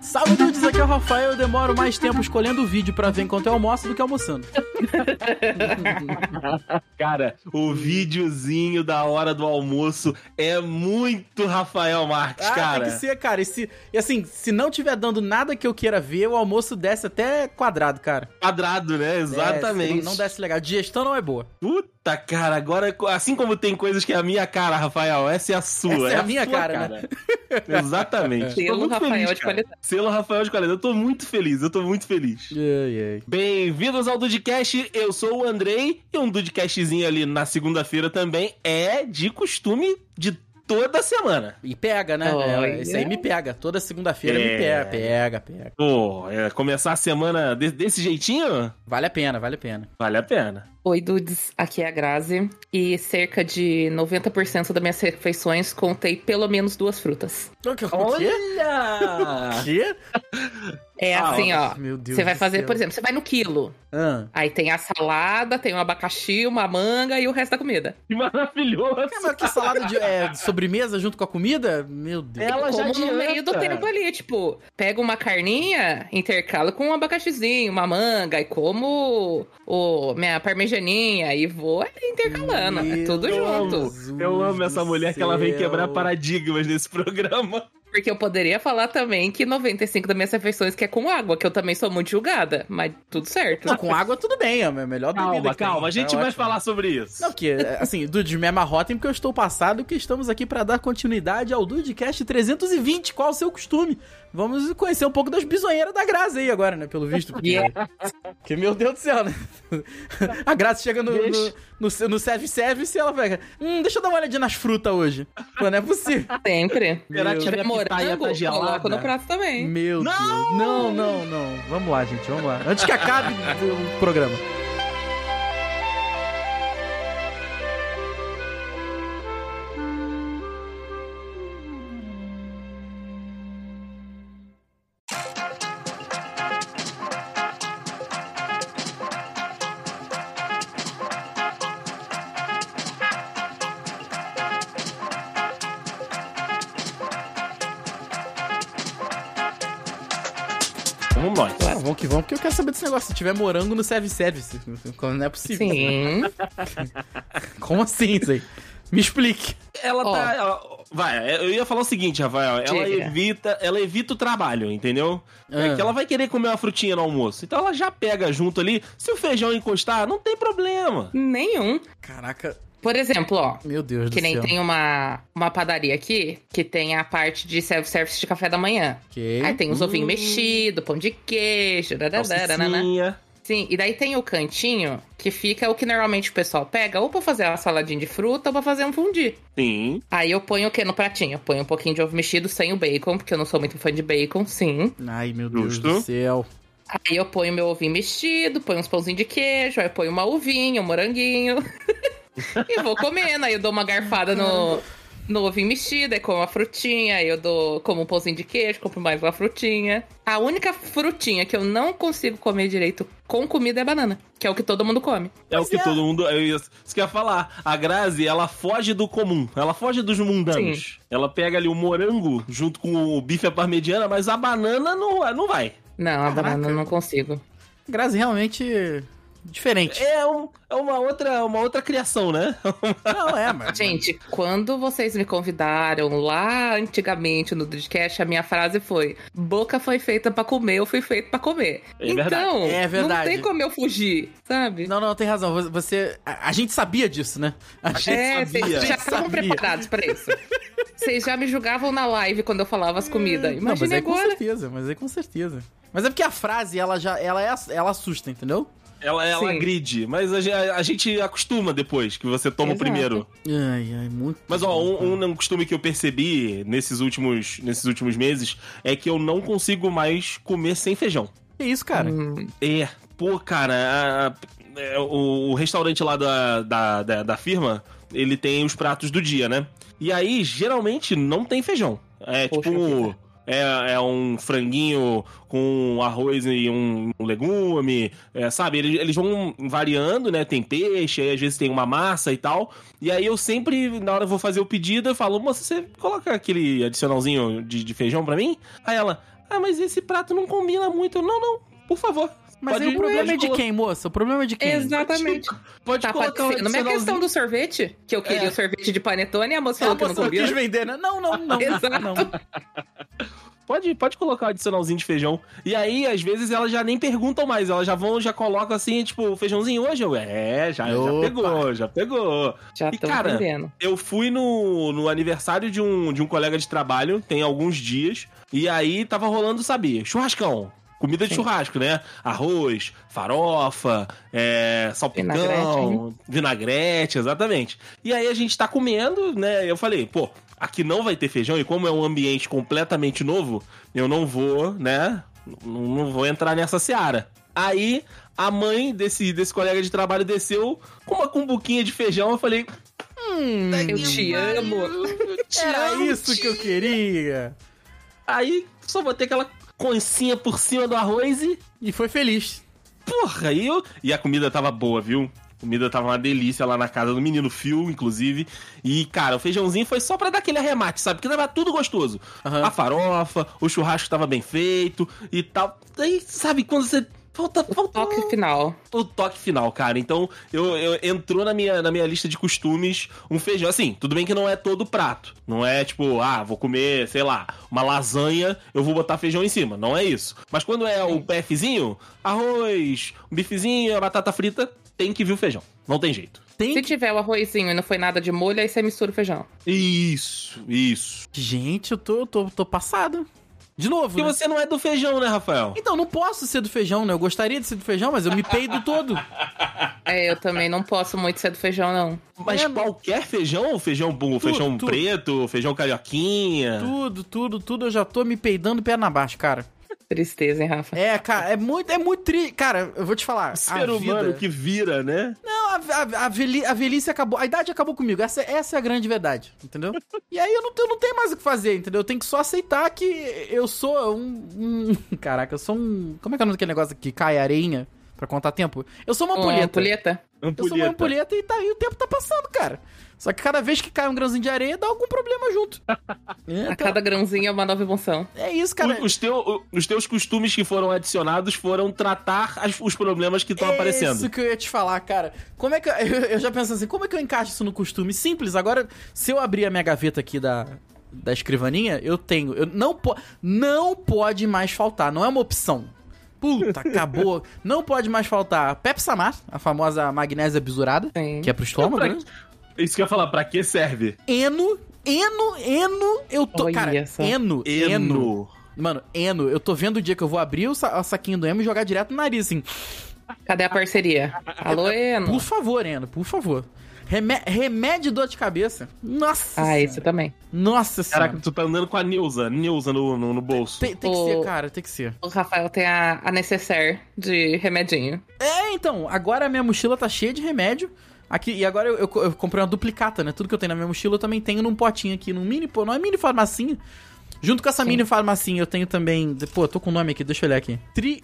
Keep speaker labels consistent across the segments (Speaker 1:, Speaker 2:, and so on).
Speaker 1: Salve dudes, aqui é o Rafael. Eu demoro mais tempo escolhendo o vídeo pra ver enquanto eu almoço do que almoçando.
Speaker 2: Cara, o videozinho da hora do almoço é muito Rafael Marques,
Speaker 1: Ah,
Speaker 2: cara.
Speaker 1: tem que ser, cara. E, se- e assim, se não tiver dando nada que eu queira ver, o almoço desce até quadrado, cara.
Speaker 2: Quadrado, né?
Speaker 1: É, se
Speaker 2: Exatamente.
Speaker 1: não, não desce legal. Digestão não é boa.
Speaker 2: Puta, cara, agora, assim como tem coisas que é a minha cara, Rafael, essa é a sua.
Speaker 1: Essa é a minha cara,
Speaker 2: cara. Exatamente. Tô
Speaker 3: Selo
Speaker 2: muito
Speaker 3: Rafael
Speaker 2: feliz,
Speaker 3: de
Speaker 2: cara.
Speaker 3: qualidade.
Speaker 2: Selo Rafael de qualidade. Eu tô muito feliz, eu tô muito feliz. Bem-vindos ao Dudcast, eu sou o Andrei e um Dudcastzinho ali na segunda-feira também é de costume de toda semana.
Speaker 1: E pega, né?
Speaker 3: Olha.
Speaker 1: É, Isso aí me pega. Toda segunda-feira me
Speaker 2: É.
Speaker 1: pega, pega, pega.
Speaker 2: Pô, é, começar a semana de- desse jeitinho
Speaker 1: Vale a pena, vale a pena.
Speaker 2: vale a pena.
Speaker 3: Oi, dudes. Aqui é a Grazi. E cerca de 90% das minhas refeições contei pelo menos duas frutas.
Speaker 1: O que?
Speaker 2: Olha!
Speaker 1: quê?
Speaker 3: É
Speaker 2: Ah,
Speaker 3: assim, ó.
Speaker 1: Meu Deus
Speaker 3: Você vai
Speaker 1: do
Speaker 3: fazer,
Speaker 1: céu.
Speaker 3: por exemplo, você vai no quilo.
Speaker 1: Ah.
Speaker 3: Aí tem a salada, tem o abacaxi, uma manga e o resto da comida.
Speaker 2: Que maravilhoso!
Speaker 1: É, mas que salada de é, sobremesa junto com a comida? Meu Deus.
Speaker 2: Ela já
Speaker 3: Como no
Speaker 2: adianta.
Speaker 3: meio do tempo ali, tipo, pega uma carninha, intercala com um abacaxizinho, uma manga, e como o, minha parmesaninha, e vou intercalando. É tudo
Speaker 2: Meu
Speaker 3: junto.
Speaker 2: Eu amo essa mulher que ela vem quebrar paradigmas nesse programa.
Speaker 3: Porque eu poderia falar também que 95 das minhas refeições que é com água, que eu também sou muito julgada, mas tudo certo.
Speaker 1: Não, com água tudo bem, é a melhor bebida. que tem.
Speaker 2: Calma, calma, tá a gente
Speaker 1: É
Speaker 2: vai
Speaker 1: ótimo.
Speaker 2: falar sobre isso.
Speaker 1: Não, porque, assim, Dude, me amarrotem porque eu estou passado que estamos aqui para dar continuidade ao Dudecast 320, qual o seu costume. Vamos conhecer um pouco das bisonheiras da Graça aí agora, né, pelo visto. Porque, porque, meu Deus do céu, né? A Graça chega no, no,
Speaker 2: Deixa.
Speaker 1: no, no self-service e ela pega, hum, deixa eu dar uma olhadinha nas frutas hoje. Pô, não é possível.
Speaker 3: Sempre.
Speaker 2: Será que
Speaker 1: Meu
Speaker 2: a minha pitaia tá
Speaker 3: Morango, coloco no
Speaker 2: gelada?
Speaker 3: prato também.
Speaker 1: Meu
Speaker 2: Não!
Speaker 1: Deus. Não, não, não. Vamos lá, gente, vamos lá. Antes que acabe o programa.
Speaker 2: Vamos nós.
Speaker 1: Ah, vamos que vamos, porque eu quero saber desse negócio. Se tiver morango no self-service, não é possível.
Speaker 3: Sim.
Speaker 1: Como assim, Zé? Me explique.
Speaker 2: Ela
Speaker 3: Ó.
Speaker 2: tá. ela- vai, eu ia falar o seguinte, Rafael. Ela
Speaker 3: Diga.
Speaker 2: evita, ela evita o trabalho, entendeu? É que ela vai querer comer uma frutinha no almoço. Então ela já pega junto ali. Se o feijão encostar, não tem problema.
Speaker 3: Nenhum.
Speaker 1: Caraca,
Speaker 3: Por exemplo, ó.
Speaker 1: meu Deus
Speaker 3: Que
Speaker 1: do
Speaker 3: nem
Speaker 1: céu.
Speaker 3: tem uma, uma padaria aqui que tem a parte de self-service de café da manhã.
Speaker 1: Ok.
Speaker 3: Aí tem os
Speaker 2: Hum.
Speaker 3: ovinhos mexidos, pão de queijo, dadadara, né?
Speaker 2: Salsicinha.
Speaker 3: Sim, e daí tem o cantinho que fica o que normalmente o pessoal pega ou pra fazer uma saladinha de fruta ou pra fazer um fundi.
Speaker 2: Sim.
Speaker 3: Aí eu ponho o que no pratinho? Eu ponho um pouquinho de ovo mexido sem o bacon, porque eu não sou muito fã de bacon, sim.
Speaker 1: Ai, meu Deus
Speaker 2: Justo.
Speaker 1: do céu.
Speaker 3: Aí eu ponho meu ovinho mexido, ponho uns pãozinhos de queijo, aí eu ponho uma uvinha, um moranguinho. e vou comendo. Aí eu dou uma garfada no, no ovinho mexido, aí como uma frutinha, aí eu dou como um pãozinho de queijo, compro mais uma frutinha. A única frutinha que eu não consigo comer direito com comida é banana, que é o que todo mundo come.
Speaker 2: É o que
Speaker 1: é.
Speaker 2: todo mundo. é isso. Isso que eu ia falar. A Grazi, ela foge do comum. Ela foge dos mundanos. Ela pega ali o morango junto com o bife à parmegiana, mas a banana não, não vai.
Speaker 3: Não, a
Speaker 1: Caraca.
Speaker 3: banana eu não consigo.
Speaker 1: Grazi realmente diferente.
Speaker 2: É, um- é uma, outra, uma outra criação, né?
Speaker 1: Não, é, mas...
Speaker 3: Gente, quando vocês me convidaram lá antigamente no Dudcast, a minha frase foi: boca foi feita pra comer, eu fui feito pra comer.
Speaker 2: É
Speaker 3: então,
Speaker 2: verdade.
Speaker 1: É verdade.
Speaker 3: não tem como eu fugir, sabe?
Speaker 1: Não, não, tem razão. Vo- Você... A, a gente sabia disso, né? A gente
Speaker 3: é,
Speaker 1: sabia.
Speaker 3: vocês já estavam
Speaker 1: Sabia.
Speaker 3: preparados pra isso. Vocês já me julgavam na live quando eu falava as comidas.
Speaker 1: Não, mas
Speaker 3: Imagina
Speaker 1: é com
Speaker 3: agora.
Speaker 1: certeza, mas é com certeza. Mas é porque a frase, ela já... Ela, é, ass- ela assusta, entendeu?
Speaker 2: Ela, ela
Speaker 3: Sim.
Speaker 2: gride, mas a, ge- a gente acostuma depois que você toma o
Speaker 3: Exato.
Speaker 2: primeiro.
Speaker 1: Ai, ai, muito...
Speaker 2: Mas ó, um, um costume que eu percebi nesses últimos, nesses últimos meses é que eu não consigo mais comer sem feijão.
Speaker 1: Que isso, cara?
Speaker 3: Hum,
Speaker 2: É, pô, cara, a- a- é, o, o restaurante lá da, da, da, da firma ele tem os pratos do dia, né? E aí, geralmente, não tem feijão. É
Speaker 3: Poxa
Speaker 2: tipo.
Speaker 3: vida.
Speaker 2: É, é um franguinho com arroz e um legume, é, sabe? Eles, eles vão variando, né? Tem peixe, aí às vezes tem uma massa e tal. E aí eu sempre, na hora eu vou fazer o pedido, eu falo, moça, você coloca aquele adicionalzinho de, de feijão pra mim? Aí ela, ah, mas esse prato não combina muito. Eu, Não, não, por favor.
Speaker 1: Mas aí
Speaker 2: Pode-
Speaker 1: o problema
Speaker 2: pode
Speaker 1: é de
Speaker 2: colo-
Speaker 1: quem, moça? O problema é de quem?
Speaker 3: Exatamente.
Speaker 2: Pode
Speaker 3: Tá
Speaker 2: colocar um
Speaker 3: parecendo. Não é
Speaker 2: adicionalzinho.
Speaker 3: questão do sorvete, que eu queria
Speaker 2: É.
Speaker 3: o sorvete de panetone e a moça
Speaker 1: Ah,
Speaker 3: falou que
Speaker 1: moça,
Speaker 3: não
Speaker 1: não
Speaker 3: combina.
Speaker 1: quis vender, né? Não, não, não.
Speaker 3: Exato.
Speaker 1: não.
Speaker 2: Pode, pode colocar um adicionalzinho de feijão. E aí, às vezes, elas já nem perguntam mais. Elas já vão, já colocam assim, tipo, feijãozinho hoje? Eu, é, já, já
Speaker 1: Opa.
Speaker 2: pegou, já pegou.
Speaker 3: Já
Speaker 2: E,
Speaker 3: tô
Speaker 2: cara,
Speaker 3: entendendo.
Speaker 2: Eu fui no, no aniversário de um, de um colega de trabalho, tem alguns dias, e aí tava rolando, sabe, churrascão. Comida de churrasco, né? Arroz, farofa, é, salpicão,
Speaker 3: Vinagrete,
Speaker 2: vinagrete, exatamente. E aí a gente tá comendo, né? Eu falei, pô, aqui não vai ter feijão, e como é um ambiente completamente novo, eu não vou, né? Não, não vou entrar nessa seara. Aí a mãe desse, desse colega de trabalho desceu com uma cumbuquinha de feijão, eu falei,
Speaker 3: Eu te amo.
Speaker 1: Era isso que eu queria.
Speaker 2: Aí só botei aquela concinha por cima do arroz e.
Speaker 1: E foi feliz.
Speaker 2: Porra, aí eu. E a comida tava boa, viu? A comida tava uma delícia lá na casa do menino Phil, inclusive. E, cara, o feijãozinho foi só pra dar aquele arremate, sabe? Porque tava tudo gostoso.
Speaker 1: Aham.
Speaker 2: A farofa, o churrasco tava bem feito e tal. Aí, sabe, quando você. Falta, falta
Speaker 3: Toque final.
Speaker 2: o toque final, cara. Então, eu, eu- entrou na minha, na minha lista de costumes um feijão. Assim, tudo bem que não é todo prato. Não é tipo, ah, vou comer, sei lá, uma lasanha, eu vou botar feijão em cima. Não é isso. Mas quando é o PFzinho, arroz, um bifezinho, a batata frita, tem que vir o feijão. Não tem jeito.
Speaker 1: Tem
Speaker 3: Se tiver o arrozinho e não foi nada de molho, aí você mistura o feijão.
Speaker 2: Isso, isso.
Speaker 1: Gente, eu tô, eu tô, tô passado. De novo.
Speaker 2: Porque
Speaker 1: né?
Speaker 2: você não é do feijão, né, Rafael?
Speaker 1: Então, não posso ser do feijão, né? Eu gostaria de ser do feijão, mas eu me peido todo.
Speaker 3: É, eu também não posso muito ser do feijão, não.
Speaker 2: Mas
Speaker 1: É, mas-
Speaker 2: qualquer feijão, feijão bom, feijão
Speaker 1: tu-
Speaker 2: preto, feijão carioquinha.
Speaker 1: Tudo, tudo, tudo. Eu já tô me peidando perna abaixo, cara.
Speaker 3: Tristeza, hein, Rafa?
Speaker 1: É, cara, é muito, é muito triste. Cara, eu vou te falar.
Speaker 2: Ser
Speaker 1: a
Speaker 2: humano
Speaker 1: vida...
Speaker 2: que vira, né?
Speaker 1: Não, a, a- a veli- a velhice acabou. A idade acabou comigo. Essa, essa é a grande verdade, entendeu? E aí eu não, tenho- eu não tenho mais o que fazer, entendeu? Eu tenho que só aceitar que eu sou um. um- caraca, eu sou um. Como é que é o nome daquele negócio aqui? Cai areinha? Pra contar tempo? Eu sou uma
Speaker 3: Uma
Speaker 1: ampulheta.
Speaker 3: É, ampulheta?
Speaker 1: Eu sou uma ampulheta e, tá, e o tempo tá passando, cara. Só que cada vez que cai um grãozinho de areia, dá algum problema junto. É,
Speaker 3: A
Speaker 1: então,
Speaker 3: cada grãozinho é uma nova emoção.
Speaker 1: é isso, cara.
Speaker 2: O- Os, teu- os teus costumes que foram adicionados foram tratar as- os problemas que estão
Speaker 1: É isso
Speaker 2: aparecendo.
Speaker 1: que eu ia te falar, cara. Como é que eu, eu, já penso assim, como é que eu encaixo isso no costume? Simples. Agora, se eu abrir a minha gaveta aqui da da escrivaninha, eu tenho, eu não po, não pode mais faltar, não é uma opção. Puta, acabou. Não pode mais faltar Pepsamar, a famosa magnésia bisurada,
Speaker 3: Sim.
Speaker 1: que é pro estômago,
Speaker 2: Pra-
Speaker 1: né?
Speaker 2: Isso que eu ia falar, pra que serve?
Speaker 1: Eno, eno, eno, eu tô,
Speaker 3: Olha
Speaker 1: cara,
Speaker 3: só.
Speaker 1: eno, eno. Mano, eno, eu tô vendo o dia que eu vou abrir o, sa- o saquinho do eno e jogar direto no nariz, assim.
Speaker 3: Cadê a parceria? Alô, Eno?
Speaker 1: Por favor, Eno, por favor. Remé- remédio e dor de cabeça. Nossa
Speaker 3: Ah,
Speaker 1: senhora.
Speaker 3: esse também.
Speaker 1: Nossa senhora.
Speaker 2: Caraca, tu tá andando com a Nilza, Nilza no, no, no bolso.
Speaker 1: Tem, tem que
Speaker 3: Ô.
Speaker 1: ser, cara, tem que ser.
Speaker 3: O Rafael tem a, a necessaire de remedinho.
Speaker 1: É, então, agora a minha mochila tá cheia de remédio. Aqui, e agora eu, eu co- eu comprei uma duplicata, né? Tudo que eu tenho na minha mochila eu também tenho num potinho aqui, num mini, pô, não é mini farmacinha. Junto com essa mini farmacinha eu tenho também. Pô, tô com o nome aqui, deixa eu olhar aqui. Tri,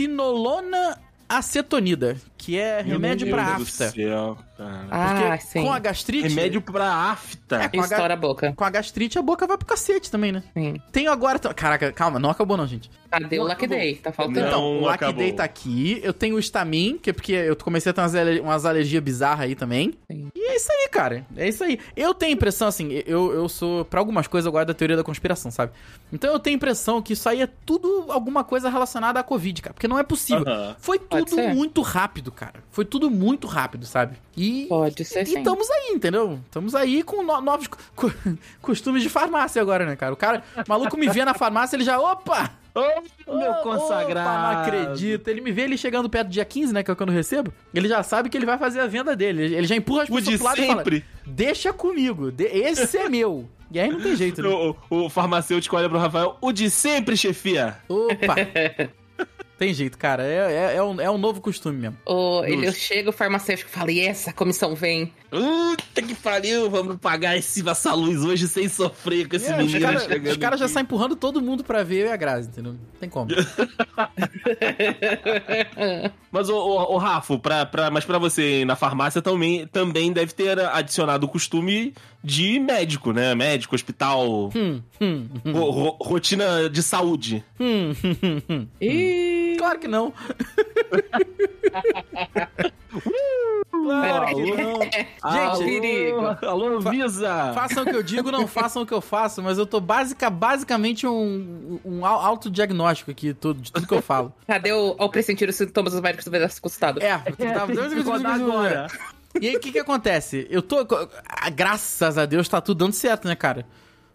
Speaker 1: triancinolona acetonida, que é
Speaker 2: Meu
Speaker 1: remédio
Speaker 2: Deus
Speaker 1: pra
Speaker 2: do
Speaker 1: afta.
Speaker 2: céu, cara.
Speaker 1: Porque
Speaker 3: Ah, sim.
Speaker 1: com a gastrite.
Speaker 2: Remédio pra afta.
Speaker 1: É. com a
Speaker 3: Estoura a boca.
Speaker 1: Com a gastrite, a boca vai pro cacete também, né?
Speaker 3: Sim.
Speaker 1: Tenho agora. t- Caraca, calma, não acabou não, gente.
Speaker 3: Cadê o
Speaker 1: Não,
Speaker 3: Lucky
Speaker 1: acabou.
Speaker 3: Day? Tá
Speaker 2: Não,
Speaker 3: faltando.
Speaker 1: então, o Lack
Speaker 2: acabou.
Speaker 1: Day tá aqui. Eu tenho o Stamin, que é porque eu comecei a ter umas, ale- umas alergias bizarras aí também.
Speaker 3: Sim.
Speaker 1: E é isso aí, cara. É isso aí. Eu tenho a impressão, assim, eu, eu sou. Pra algumas coisas eu guardo a teoria da conspiração, sabe? Então eu tenho a impressão que isso aí é tudo alguma coisa relacionada à Covid, cara. Porque não é possível.
Speaker 2: Aham.
Speaker 1: Foi
Speaker 3: Pode
Speaker 1: tudo
Speaker 3: ser.
Speaker 1: muito rápido, cara. Foi tudo muito rápido, sabe? E.
Speaker 3: Pode ser
Speaker 1: E
Speaker 3: sim.
Speaker 1: estamos aí, entendeu? Estamos aí com no- novos co- co- costumes de farmácia agora, né, cara? O cara, o maluco me vê na farmácia, ele já, opa!
Speaker 2: Ô, meu
Speaker 1: Opa,
Speaker 2: consagrado.
Speaker 1: não acredito. Ele me vê ele chegando perto do dia 15, né, que é quando eu recebo. Ele já sabe que ele vai fazer a venda dele. Ele já empurra as
Speaker 2: O
Speaker 1: pessoas
Speaker 2: de
Speaker 1: pro lado e
Speaker 2: sempre.
Speaker 1: Tipo, fala, deixa comigo, de- esse é meu. E aí não tem jeito, né?
Speaker 2: O, o- o farmacêutico olha pro Rafael, o de sempre, chefia.
Speaker 1: Opa! Tem jeito, cara. É, é, é, um, é um novo costume mesmo.
Speaker 3: O, ele, eu chego, o farmacêutico fala, e essa comissão vem?
Speaker 2: Puta que pariu, vamos pagar esse, essa luz hoje sem sofrer com
Speaker 1: É,
Speaker 2: esse
Speaker 1: os
Speaker 2: menino
Speaker 1: caras
Speaker 2: chegando
Speaker 1: os caras já
Speaker 2: aqui.
Speaker 1: saem empurrando todo mundo pra ver eu e a Grazi, entendeu? Não tem como.
Speaker 2: Mas, o, o, Rafa, pra, pra, mas pra você na farmácia também, também deve ter adicionado o costume de médico, né? Médico, hospital,
Speaker 1: Hum, hum, hum,
Speaker 2: ro- ro- rotina de saúde.
Speaker 1: hum, hum, hum.
Speaker 3: Ih,
Speaker 1: Claro que não. claro que não.
Speaker 3: Ah,
Speaker 1: Gente,
Speaker 3: perigo.
Speaker 2: alô,
Speaker 1: Fa-
Speaker 2: Visa!
Speaker 1: Façam o que eu digo, não façam o que eu faço, mas eu tô basica, basicamente um, um au- autodiagnóstico aqui tudo, de tudo que eu falo.
Speaker 3: cadê o, ao pressentir os sintomas dos médicos do braço custado?
Speaker 1: É, eu tava- E aí, o que que acontece? Eu tô. ah, Graças a Deus tá tudo dando certo, né, cara?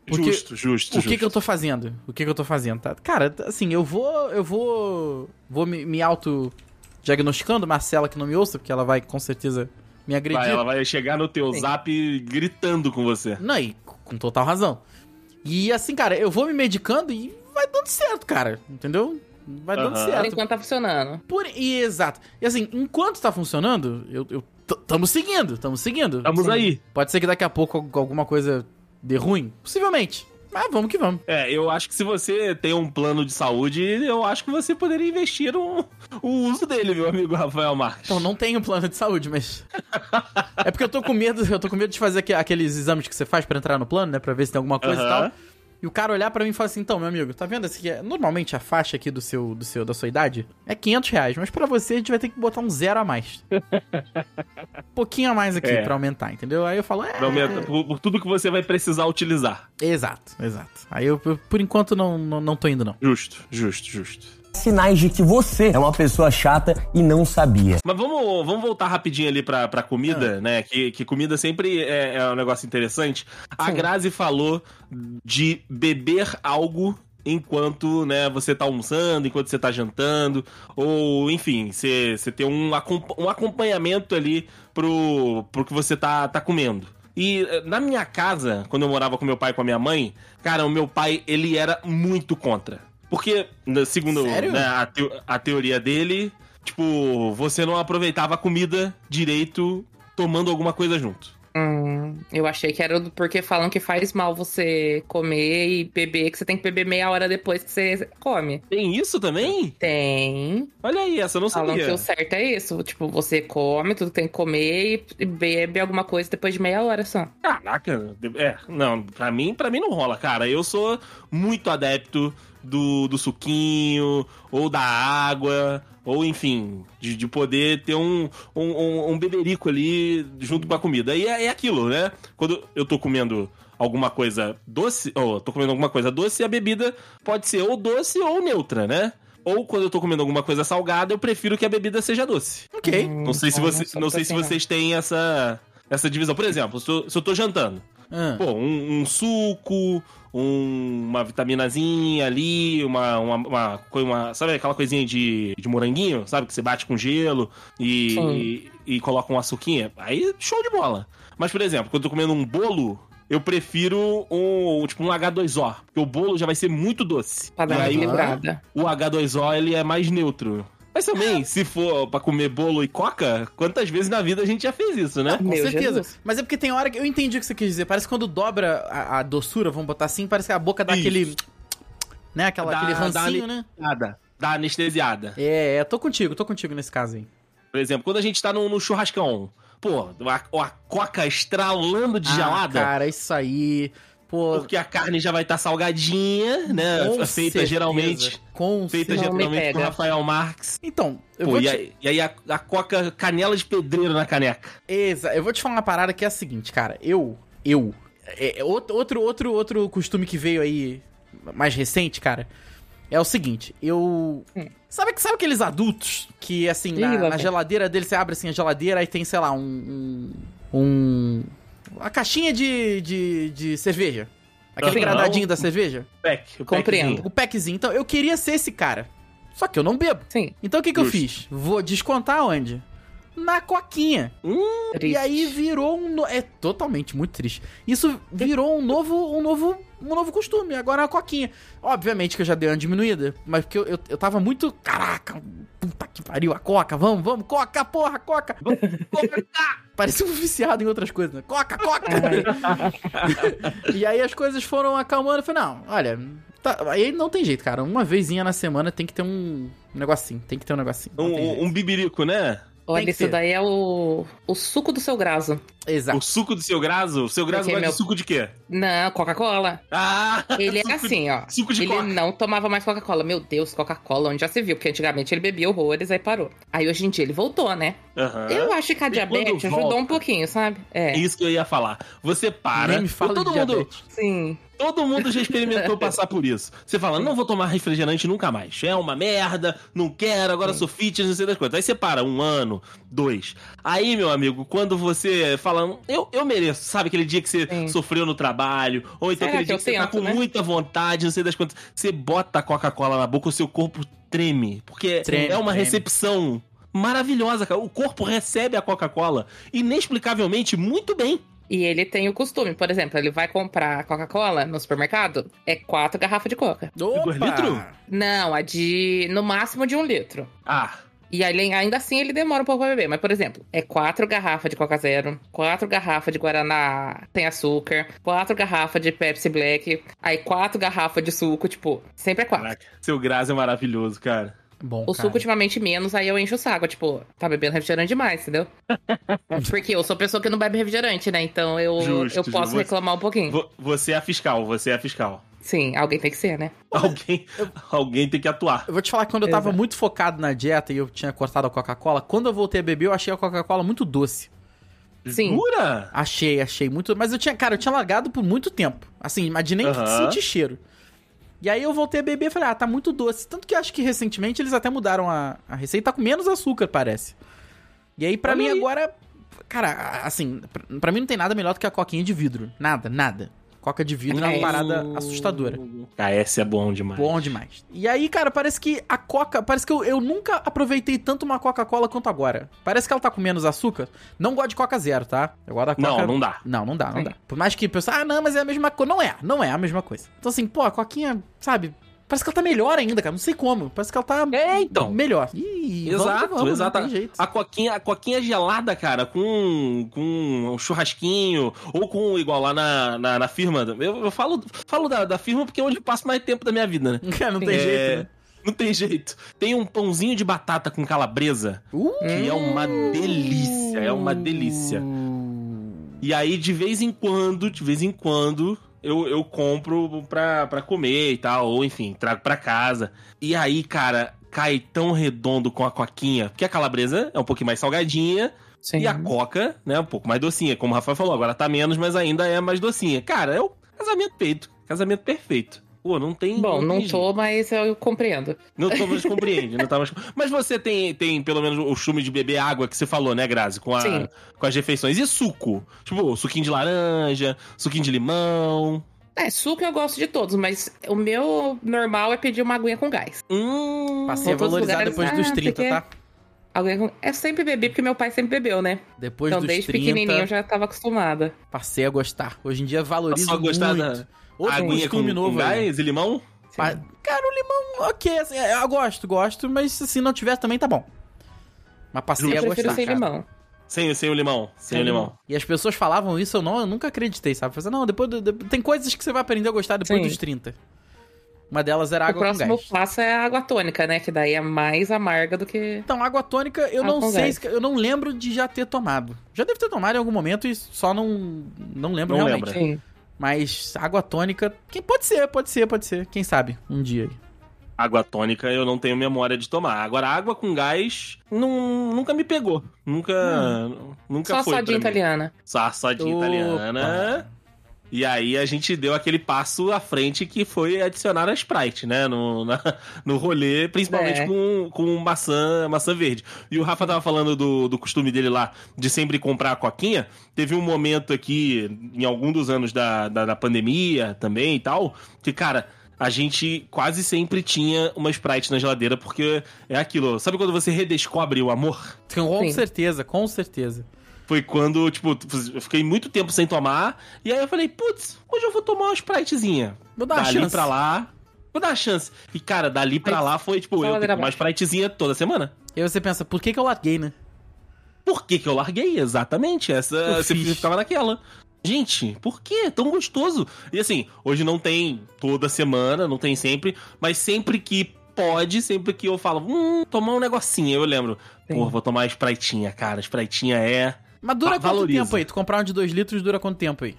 Speaker 1: Porque-
Speaker 2: Justo, justo,
Speaker 1: O
Speaker 2: justo.
Speaker 1: que que eu tô fazendo? O que que eu tô fazendo, tá? Cara, t- assim, eu vou... Eu vou... Vou me, me auto-diagnosticando. Marcela que não me ouça, porque ela vai, com certeza, me agredir.
Speaker 2: Vai, ela vai chegar no teu
Speaker 3: Sim.
Speaker 2: zap gritando com você.
Speaker 1: Não, e c- com total razão. E assim, cara, eu vou me medicando e vai dando certo, cara. Entendeu? Vai dando
Speaker 2: Aham.
Speaker 3: Por
Speaker 1: certo.
Speaker 3: enquanto tá funcionando.
Speaker 1: Por... E, exato. E assim, enquanto tá funcionando, eu... eu t- tamo seguindo, tamo seguindo.
Speaker 2: Vamos
Speaker 1: Sim.
Speaker 2: aí.
Speaker 1: Pode ser que daqui a pouco al- alguma coisa dê ruim. Possivelmente. Mas vamos que vamos.
Speaker 2: É, eu acho que se você tem um plano de saúde, eu acho que você poderia investir um, o uso dele, meu amigo Rafael Marques.
Speaker 1: Então, não tenho plano de saúde, mas. é porque eu tô com medo, eu tô com medo de fazer aque- aqueles exames que você faz pra entrar no plano, né? Pra ver se tem alguma coisa
Speaker 2: Aham.
Speaker 1: e tal. E o cara olhar pra mim e falar assim: então, meu amigo, tá vendo esse aqui? é- Normalmente a faixa aqui do seu, do seu, da sua idade é 500 reais, mas pra você a gente vai ter que botar um zero a mais. um pouquinho a mais aqui
Speaker 2: É.
Speaker 1: pra aumentar, entendeu? Aí eu falo: é.
Speaker 2: Pra aumentar- por, por tudo que você vai precisar utilizar.
Speaker 1: Exato, exato. Aí eu, eu, por enquanto, não, não, não tô indo, não.
Speaker 2: Justo, justo, justo.
Speaker 4: Sinais de que você é uma pessoa chata e não sabia.
Speaker 2: Mas vamos, vamos voltar rapidinho ali pra, pra comida, né? Que, que comida sempre é, é um negócio interessante. A Grazi falou de beber algo enquanto né, você tá almoçando, enquanto você tá jantando, ou enfim, você você tem um, acom- um acompanhamento ali pro, pro que você tá, tá comendo. E eh, na minha casa, quando eu morava com meu pai e com a minha mãe, cara, o meu pai, ele era muito contra. Porque, né, segundo
Speaker 1: Sério?
Speaker 2: né, a, teo- a teoria dele, tipo, você não aproveitava a comida direito tomando alguma coisa junto.
Speaker 3: Hum, eu achei que era do- porque falam que faz mal você comer e beber, que você tem que beber meia hora depois que você come.
Speaker 2: Tem isso também?
Speaker 3: Tem.
Speaker 2: Olha aí, essa eu não
Speaker 3: Falam que
Speaker 2: sabia.
Speaker 3: o certo é isso. Tipo, você come tudo que tem que comer e- e bebe alguma coisa depois de meia hora só.
Speaker 2: Caraca, é, não, pra mim, pra mim não rola, cara. Eu sou muito adepto do, do suquinho, ou da água, ou enfim, de, de poder ter um, um, um, um beberico ali junto com a comida. E é, é aquilo, né? Quando eu tô comendo alguma coisa doce, ou tô comendo alguma coisa doce, a bebida pode ser ou doce ou neutra, né? Ou quando eu tô comendo alguma coisa salgada, eu prefiro que a bebida seja doce.
Speaker 1: Ok.
Speaker 3: Hum,
Speaker 2: Não sei se,
Speaker 3: eu
Speaker 2: você,
Speaker 3: sou
Speaker 2: não sei se
Speaker 3: assim,
Speaker 2: vocês têm essa, essa divisão. Por exemplo, se eu, se eu tô jantando,
Speaker 1: Ah.
Speaker 2: pô, um, um suco, um- uma vitaminazinha ali, uma, uma, uma, coi- uma- Sabe aquela coisinha de, de moranguinho, sabe? Que você bate com gelo e,
Speaker 3: Sim.
Speaker 2: e, coloca uma suquinha. Aí, show de bola. Mas, por exemplo, quando eu tô comendo um bolo. Eu prefiro um, tipo, um H2O, porque o bolo já vai ser muito doce.
Speaker 3: Pra dar
Speaker 2: E
Speaker 3: uma
Speaker 2: aí,
Speaker 3: equilibrada.
Speaker 2: o H2O ele é mais neutro. Mas também, se for pra comer bolo e coca, quantas vezes na vida a gente já fez isso, né?
Speaker 1: Com
Speaker 3: Meu
Speaker 1: certeza.
Speaker 3: Jesus.
Speaker 1: Mas é porque tem hora que. Eu entendi o que você quis dizer. Parece que quando dobra a, a doçura, vamos botar assim, parece que a boca dá
Speaker 2: Isso.
Speaker 1: aquele. Né? Aquela,
Speaker 2: Dá-
Speaker 1: aquele
Speaker 2: dá
Speaker 1: rancinho,
Speaker 2: ali-
Speaker 1: né?
Speaker 2: Nada. Da anestesiada.
Speaker 1: É, é, tô contigo, tô contigo nesse caso aí.
Speaker 2: Por exemplo, quando a gente tá no, no churrascão, pô, a, a coca estralando de
Speaker 1: Ah,
Speaker 2: gelada.
Speaker 1: Cara, isso aí. Pô.
Speaker 2: Porque a carne já vai estar salgadinha, né?
Speaker 1: com
Speaker 2: feita
Speaker 1: certeza,
Speaker 2: geralmente.
Speaker 1: Com
Speaker 2: Feita
Speaker 3: Não
Speaker 1: certeza.
Speaker 3: me
Speaker 2: geralmente com
Speaker 3: pega.
Speaker 2: Rafael Marx.
Speaker 1: Então, eu
Speaker 2: Pô,
Speaker 1: vou
Speaker 2: e,
Speaker 1: te...
Speaker 2: aí- e aí a, a coca canela de pedreiro na caneca.
Speaker 1: Exa, eu vou te falar uma parada que é a seguinte, cara. Eu, eu. é, é out- outro, outro, outro costume que veio aí mais recente, cara, é o seguinte. Eu. Sabe, que- sabe aqueles adultos que, assim, na,
Speaker 3: Hum. Ih, lá
Speaker 1: na
Speaker 3: vem.
Speaker 1: geladeira dele, você abre assim a geladeira e tem, sei lá, um. um, um- uma caixinha de, de, de cerveja. Aquele
Speaker 2: Sim.
Speaker 1: gradadinho da cerveja?
Speaker 2: Pack, o
Speaker 3: Compreendo.
Speaker 1: O packzinho. Então, eu queria ser esse cara. Só que eu não bebo.
Speaker 3: Sim.
Speaker 1: Então o que, que eu
Speaker 2: Justo.
Speaker 1: fiz? Vou descontar onde? na coquinha. E aí virou um. no- É totalmente muito triste. Isso virou um novo, um novo, um novo costume. Agora é uma coquinha. Obviamente que eu já dei uma diminuída, mas porque eu, eu, eu tava muito. Caraca, puta que pariu, a coca, vamos, vamos, coca, porra, coca. vamos, coca. Parecia um viciado em outras coisas, né? Coca, coca!
Speaker 2: É.
Speaker 1: e aí as coisas foram acalmando. Eu falei, não, olha. tá- aí não tem jeito, cara. Uma vezinha na semana tem que ter um negocinho. Tem que ter um negocinho. não tem jeito.
Speaker 2: Um, um bibirico, né?
Speaker 3: Olha,
Speaker 1: que
Speaker 3: isso
Speaker 1: ser.
Speaker 3: daí é o, o suco do seu graso.
Speaker 1: Exato.
Speaker 2: O suco do seu graso? O seu graso
Speaker 3: Ok,
Speaker 2: gosta
Speaker 3: meu-
Speaker 2: de suco de quê?
Speaker 3: Não, Coca-Cola.
Speaker 2: Ah!
Speaker 1: é
Speaker 3: Ele
Speaker 2: suco
Speaker 3: era assim, ó.
Speaker 2: Suco de
Speaker 3: ele
Speaker 2: coca.
Speaker 3: não tomava mais Coca-Cola. Meu Deus, Coca-Cola, onde já se viu? Porque antigamente ele bebia horrores, aí parou. Aí hoje em dia ele voltou, né?
Speaker 1: é
Speaker 2: Aham.
Speaker 3: Eu acho que a
Speaker 2: E
Speaker 3: diabetes
Speaker 2: quando
Speaker 3: ajudou
Speaker 2: volta?
Speaker 3: um pouquinho, sabe?
Speaker 2: É
Speaker 3: É.
Speaker 2: isso que eu ia falar. Você para.
Speaker 1: Nem me fala
Speaker 2: todo
Speaker 1: de
Speaker 2: mundo,
Speaker 1: diabetes.
Speaker 3: Sim.
Speaker 2: todo mundo já experimentou passar por isso. Você fala, não vou tomar refrigerante nunca mais. É uma merda, não quero, agora sou fitness, não sei das coisas. Aí você para um ano, dois. Aí, meu amigo, quando você fala, eu, eu mereço, sabe aquele dia que você
Speaker 3: Sim.
Speaker 2: sofreu no trabalho, ou então
Speaker 3: Será
Speaker 2: aquele
Speaker 3: que
Speaker 2: dia
Speaker 3: eu
Speaker 2: que você tá
Speaker 3: tento,
Speaker 2: com
Speaker 3: né?
Speaker 2: muita vontade, não sei das quantas. Você bota a Coca-Cola na boca, o seu corpo treme. Porque
Speaker 1: Treme,
Speaker 2: é uma
Speaker 1: treme.
Speaker 2: recepção maravilhosa, cara. O corpo recebe a Coca-Cola inexplicavelmente muito bem.
Speaker 3: E ele tem o costume, por exemplo, ele vai comprar Coca-Cola no supermercado, é quatro garrafas de Coca.
Speaker 2: Dois litros?
Speaker 3: Não, a de. no máximo de um litro.
Speaker 2: Ah,
Speaker 3: E aí, ele- ainda assim ele demora um pouco pra beber. Mas, por exemplo, é quatro garrafas de Coca Zero, quatro garrafas de Guaraná sem açúcar, quatro garrafas de Pepsi Black, aí quatro garrafas de suco, tipo, sempre é quatro.
Speaker 2: Caraca, seu Grazi é maravilhoso, cara.
Speaker 1: Bom,
Speaker 3: O
Speaker 1: cara.
Speaker 3: suco ultimamente menos, aí eu encho o saco, tipo, tá bebendo refrigerante demais, entendeu? Porque eu sou pessoa que não bebe refrigerante, né? Então eu,
Speaker 2: Justo,
Speaker 3: eu
Speaker 2: Ju,
Speaker 3: posso
Speaker 2: você-
Speaker 3: reclamar um pouquinho.
Speaker 2: Vo- Você é a fiscal, você é a fiscal.
Speaker 3: Sim, alguém tem que ser, né?
Speaker 2: Alguém, alguém tem que atuar.
Speaker 1: Eu vou te falar que quando eu tava
Speaker 3: Exato.
Speaker 1: muito focado na dieta e eu tinha cortado a Coca-Cola, quando eu voltei a beber, eu achei a Coca-Cola muito doce.
Speaker 3: Sim.
Speaker 2: Jura?
Speaker 1: Achei, achei muito. Mas eu tinha, cara, eu tinha largado por muito tempo. Assim, imaginei que
Speaker 2: Aham.
Speaker 1: senti cheiro. E aí eu voltei a beber e falei, ah, tá muito doce. Tanto que eu acho que recentemente eles até mudaram a, a receita, tá com menos açúcar, parece. E aí, pra
Speaker 2: Olha
Speaker 1: mim,
Speaker 2: aí.
Speaker 1: agora. Cara, assim, pra, pra mim não tem nada melhor do que a coquinha de vidro. Nada, nada. Coca de vidro é uma
Speaker 3: É.
Speaker 1: parada assustadora.
Speaker 2: Ah, essa é bom demais.
Speaker 1: Bom demais. E aí, cara, parece que a Coca. Parece que eu, eu nunca aproveitei tanto uma Coca-Cola quanto agora. Parece que ela tá com menos açúcar. Não gosto de Coca Zero, tá? Eu gosto da Coca.
Speaker 2: Não, não dá.
Speaker 1: Não, não dá, não
Speaker 3: Sim.
Speaker 1: dá. Por mais que o pessoal, ah, não, mas é a mesma coisa. Não é, não é a mesma coisa. Então, assim, pô, a Coquinha, sabe? Parece que ela tá melhor ainda, cara. Não sei como. Parece que ela tá
Speaker 2: É, então.
Speaker 1: melhor. Ih, vamos que
Speaker 2: Exato,
Speaker 1: vamos,
Speaker 2: exato.
Speaker 1: Não tem jeito.
Speaker 2: A coquinha, a coquinha gelada, cara, com, com um churrasquinho, ou com igual lá na, na, na firma. Eu, eu falo, falo da, da firma porque é onde eu passo mais tempo da minha vida, né?
Speaker 1: Cara, não tem
Speaker 2: É,
Speaker 1: jeito, né?
Speaker 2: Não tem jeito. Tem um pãozinho de batata com calabresa,
Speaker 1: Uh,
Speaker 2: que é uma delícia, é uma delícia. E aí, de vez em quando, de vez em quando, eu, eu compro pra, pra comer e tal, ou enfim, trago pra casa. E aí, cara, cai tão redondo com a coquinha, porque a calabresa é um pouquinho mais salgadinha,
Speaker 3: Sim.
Speaker 2: e a coca, né, um pouco mais docinha. Como o Rafael falou, agora tá menos, mas ainda é mais docinha. Cara, é o casamento feito, casamento perfeito. Pô, não tem...
Speaker 3: Bom, não
Speaker 2: tem
Speaker 3: tô, mas eu compreendo.
Speaker 2: não tô mais compreende, não tá mais. Mas você tem, tem pelo menos o chume de beber água que você falou, né, Grazi? Com, a,
Speaker 3: Sim.
Speaker 2: com as refeições. E suco? Tipo, suquinho de laranja, suquinho de limão.
Speaker 3: É, suco eu gosto de todos, mas o meu normal é pedir uma aguinha com gás.
Speaker 2: Hum.
Speaker 1: Passei a
Speaker 3: Outros
Speaker 1: valorizar
Speaker 3: lugares,
Speaker 1: depois
Speaker 3: ah,
Speaker 1: dos 30,
Speaker 3: porque-
Speaker 1: tá?
Speaker 3: Alguém com... Eu sempre bebi porque meu pai sempre bebeu, né?
Speaker 1: Depois
Speaker 3: então
Speaker 1: dos
Speaker 3: desde
Speaker 1: 30.
Speaker 3: pequenininho eu já tava acostumada.
Speaker 1: Passei a gostar. Hoje em dia valorizo
Speaker 2: Passou a gostar
Speaker 1: muito.
Speaker 2: da
Speaker 1: Outro
Speaker 2: Aguinha com,
Speaker 1: costume novo.
Speaker 2: com
Speaker 1: aí.
Speaker 2: gás e limão?
Speaker 3: Sim.
Speaker 1: Pa- Cara, o limão, ok, assim, eu gosto, gosto, mas se não tiver também tá bom. Mas passei
Speaker 3: eu
Speaker 1: a
Speaker 3: prefiro
Speaker 1: gostar,
Speaker 3: sem
Speaker 1: cara.
Speaker 3: limão.
Speaker 2: Sem, sem o limão. Sem,
Speaker 3: Sem
Speaker 2: o limão.
Speaker 1: E as pessoas falavam isso, eu não, eu nunca acreditei, sabe? Falei, assim, não, depois do- de- tem coisas que você vai aprender a gostar depois
Speaker 3: Sim.
Speaker 1: dos 30. Uma delas era
Speaker 3: O
Speaker 1: água com
Speaker 3: próximo
Speaker 1: gás.
Speaker 3: passo é a água tônica, né? Que daí é mais amarga do que.
Speaker 1: Então, água tônica, eu
Speaker 3: Água
Speaker 1: não
Speaker 3: com
Speaker 1: sei,
Speaker 3: gás.
Speaker 1: se- eu não lembro de já ter tomado. Já deve ter tomado em algum momento e só não não lembro
Speaker 2: Não
Speaker 1: realmente.
Speaker 2: lembra.
Speaker 3: Sim.
Speaker 1: Mas água tônica, quem pode ser, pode ser, pode ser, quem sabe, um dia.
Speaker 2: Água tônica eu não tenho memória de tomar. Agora, água com gás nun- nunca me pegou. Nunca. Nunca
Speaker 3: Só
Speaker 2: foi. pra
Speaker 3: sodinha
Speaker 2: mim.
Speaker 3: italiana.
Speaker 2: Só a sodinha
Speaker 1: Opa.
Speaker 2: italiana. E aí a gente deu aquele passo à frente que foi adicionar a Sprite, né? No, na- no rolê, principalmente
Speaker 3: É.
Speaker 2: com, com maçã, maçã verde. E o Rafa tava falando do, do costume dele lá de sempre comprar a coquinha. Teve um momento aqui, em algum dos anos da, da, da pandemia também e tal, que, cara, a gente quase sempre tinha uma Sprite na geladeira, porque é aquilo. Sabe quando você redescobre o amor?
Speaker 1: Com
Speaker 3: Sim.
Speaker 1: certeza, com certeza.
Speaker 2: Foi quando, tipo, eu fiquei muito tempo sem tomar. E aí eu falei, putz, hoje eu vou tomar uma Spritezinha.
Speaker 1: Vou dar uma
Speaker 2: dali
Speaker 1: chance.
Speaker 2: pra lá. Vou dar uma chance. E, cara, dali pra lá foi, tipo, eu
Speaker 3: Só
Speaker 2: tenho
Speaker 3: ladeira
Speaker 2: uma Spritezinha toda semana.
Speaker 1: E aí você pensa, por que, que eu larguei, né?
Speaker 2: Por que que eu larguei? Exatamente. Essa,
Speaker 1: Eu
Speaker 2: você
Speaker 1: fiz.
Speaker 2: ficava naquela. Gente, por que? É Tão gostoso. E assim, hoje não tem toda semana, não tem sempre. Mas sempre que pode, sempre que eu falo, hum, tomar um negocinho, eu lembro.
Speaker 3: Sim.
Speaker 2: Pô, vou tomar a Spritezinha, cara. A Spritezinha é...
Speaker 1: Mas dura
Speaker 2: Va-
Speaker 1: quanto
Speaker 2: valoriza.
Speaker 1: tempo aí? Tu comprar um de 2 litros dura quanto tempo aí?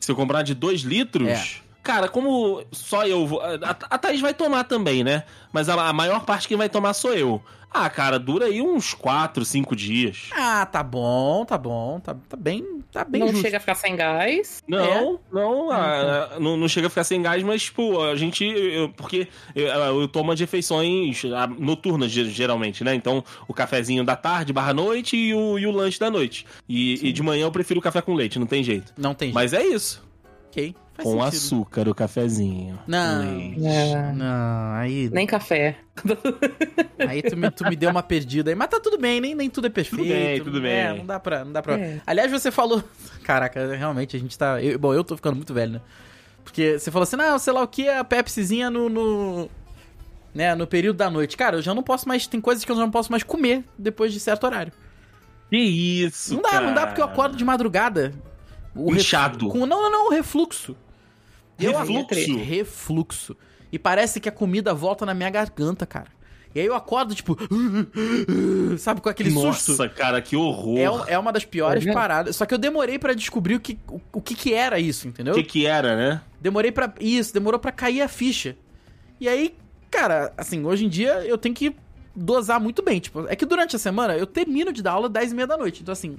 Speaker 2: Se eu comprar de 2 litros.
Speaker 1: É.
Speaker 2: Cara, como só eu vou. A, a Thaís vai tomar também, né? Mas a, a maior parte quem vai tomar sou eu. Ah, cara, dura aí uns 4, 5 dias.
Speaker 1: Ah, tá bom, tá bom, tá, tá bem, tá bem
Speaker 3: não
Speaker 1: justo.
Speaker 3: chega a ficar sem gás.
Speaker 1: É?
Speaker 2: Não, não, ah,
Speaker 1: tá.
Speaker 2: ah, não, não chega a ficar sem gás, mas, tipo, a gente. eu- porque eu, ah, eu tomo as refeições ah, noturnas, ge- geralmente, né? Então, o cafezinho da tarde barra noite e o, e o lanche da noite. E, e de manhã eu prefiro café com leite, não tem jeito.
Speaker 1: Não tem jeito.
Speaker 2: Mas é isso.
Speaker 1: Ok, faz
Speaker 2: com
Speaker 1: sentido.
Speaker 2: açúcar o cafezinho.
Speaker 1: Não.
Speaker 2: Leite.
Speaker 1: É. Não, aí,
Speaker 3: Nem café.
Speaker 1: aí tu, me, tu me deu uma perdida aí. Mas tá tudo bem, nem, nem tudo é perfeito.
Speaker 2: bem, tudo bem.
Speaker 1: É, não dá pra. Não dá pra...
Speaker 3: É.
Speaker 1: Aliás, você falou. Caraca, realmente a gente tá. eu- bom, eu tô ficando muito velho, né? Porque você falou assim, não, sei lá o que, a Pepsizinha no. no... Né, no período da noite. Cara, eu já não posso mais. Tem coisas que eu já não posso mais comer depois de certo horário.
Speaker 2: Que isso,
Speaker 1: Não dá, não dá,
Speaker 2: cara.
Speaker 1: porque eu acordo de madrugada. O ref-
Speaker 2: Inchado.
Speaker 1: Com, não, não, não, o refluxo. Eu-
Speaker 2: Refluxo.
Speaker 1: Refluxo. E parece que a comida volta na minha garganta, cara. E aí eu acordo, tipo. Sabe, com aquele
Speaker 2: Nossa,
Speaker 1: susto.
Speaker 2: cara, que horror.
Speaker 1: É, um- é uma das piores
Speaker 3: Tá vendo?
Speaker 1: paradas. Só que eu demorei pra descobrir o que, o, é o que que era isso, entendeu?
Speaker 2: O que que era, né?
Speaker 1: Demorei pra. Isso, demorou pra cair a ficha. E aí, cara, assim, hoje em dia eu tenho que dosar muito bem. Tipo, é que durante a semana eu termino de dar aula 10 e meia da noite. Então, assim,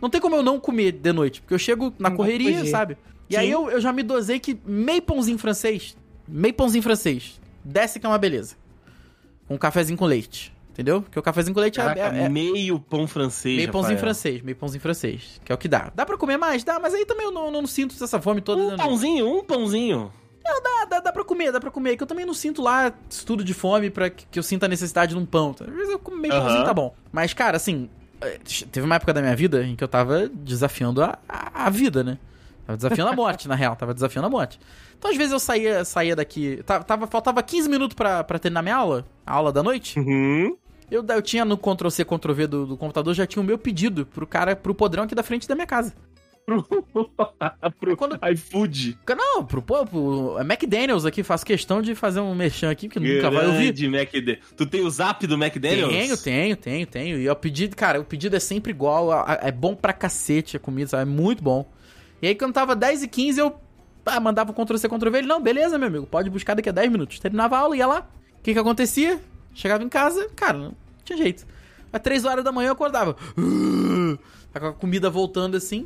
Speaker 1: não tem como eu não comer de noite, porque eu chego na
Speaker 3: Não
Speaker 1: correria,
Speaker 3: podia.
Speaker 1: sabe? E
Speaker 2: Sim.
Speaker 1: aí eu, eu já me dosei que meio pãozinho francês, meio pãozinho francês, desce que é uma beleza. Com um cafezinho com leite, entendeu? Porque o cafezinho com leite é-
Speaker 2: Caraca,
Speaker 1: é, é,
Speaker 2: meio pão francês,
Speaker 1: Meio pãozinho
Speaker 2: Rafael.
Speaker 1: francês, meio pãozinho francês, que é o que dá. Dá pra comer mais? Dá, mas aí também eu não, não sinto essa fome toda.
Speaker 2: Um
Speaker 1: né?
Speaker 2: pãozinho, um pãozinho.
Speaker 1: Ah, dá, dá pra comer, dá pra comer. É Que eu também não sinto lá estudo de fome pra que, que eu sinta a necessidade de um pão. Às vezes eu como meio
Speaker 2: Aham.
Speaker 1: pãozinho, tá bom. Mas, cara, assim, eh, teve uma época da minha vida em que eu tava desafiando a, a, a vida, né? Tava desafiando a morte, na real. Tava desafiando a morte. Então, às vezes eu saía, saía daqui... ta- Tava, faltava 15 minutos pra, pra terminar minha aula, a aula da noite.
Speaker 2: Uhum.
Speaker 1: Eu, da- eu tinha no Ctrl-C, Ctrl-V do, do computador, já tinha o meu pedido pro cara, pro podrão aqui da frente da minha casa.
Speaker 2: Pro
Speaker 1: É Quando-
Speaker 2: iFood.
Speaker 1: Não, pro, pô, pro é McDaniels aqui, faço questão de fazer um merchan aqui, que nunca vai ouvir.
Speaker 2: Grande McD- Tu tem o zap do McDaniels?
Speaker 1: Tenho, tenho, tenho, tenho. E o pedido, cara, o pedido é sempre igual. a- a- É bom pra cacete a comida, sabe? É muito bom. E aí, quando tava 10 e 15, eu ah, mandava o Ctrl-C, Ctrl-V. Ele, não, beleza, meu amigo, pode buscar daqui a 10 minutos. Terminava a aula, ia lá. O que que acontecia? Chegava em casa, cara, não tinha jeito. Às 3 horas da manhã eu acordava. Com a comida voltando assim.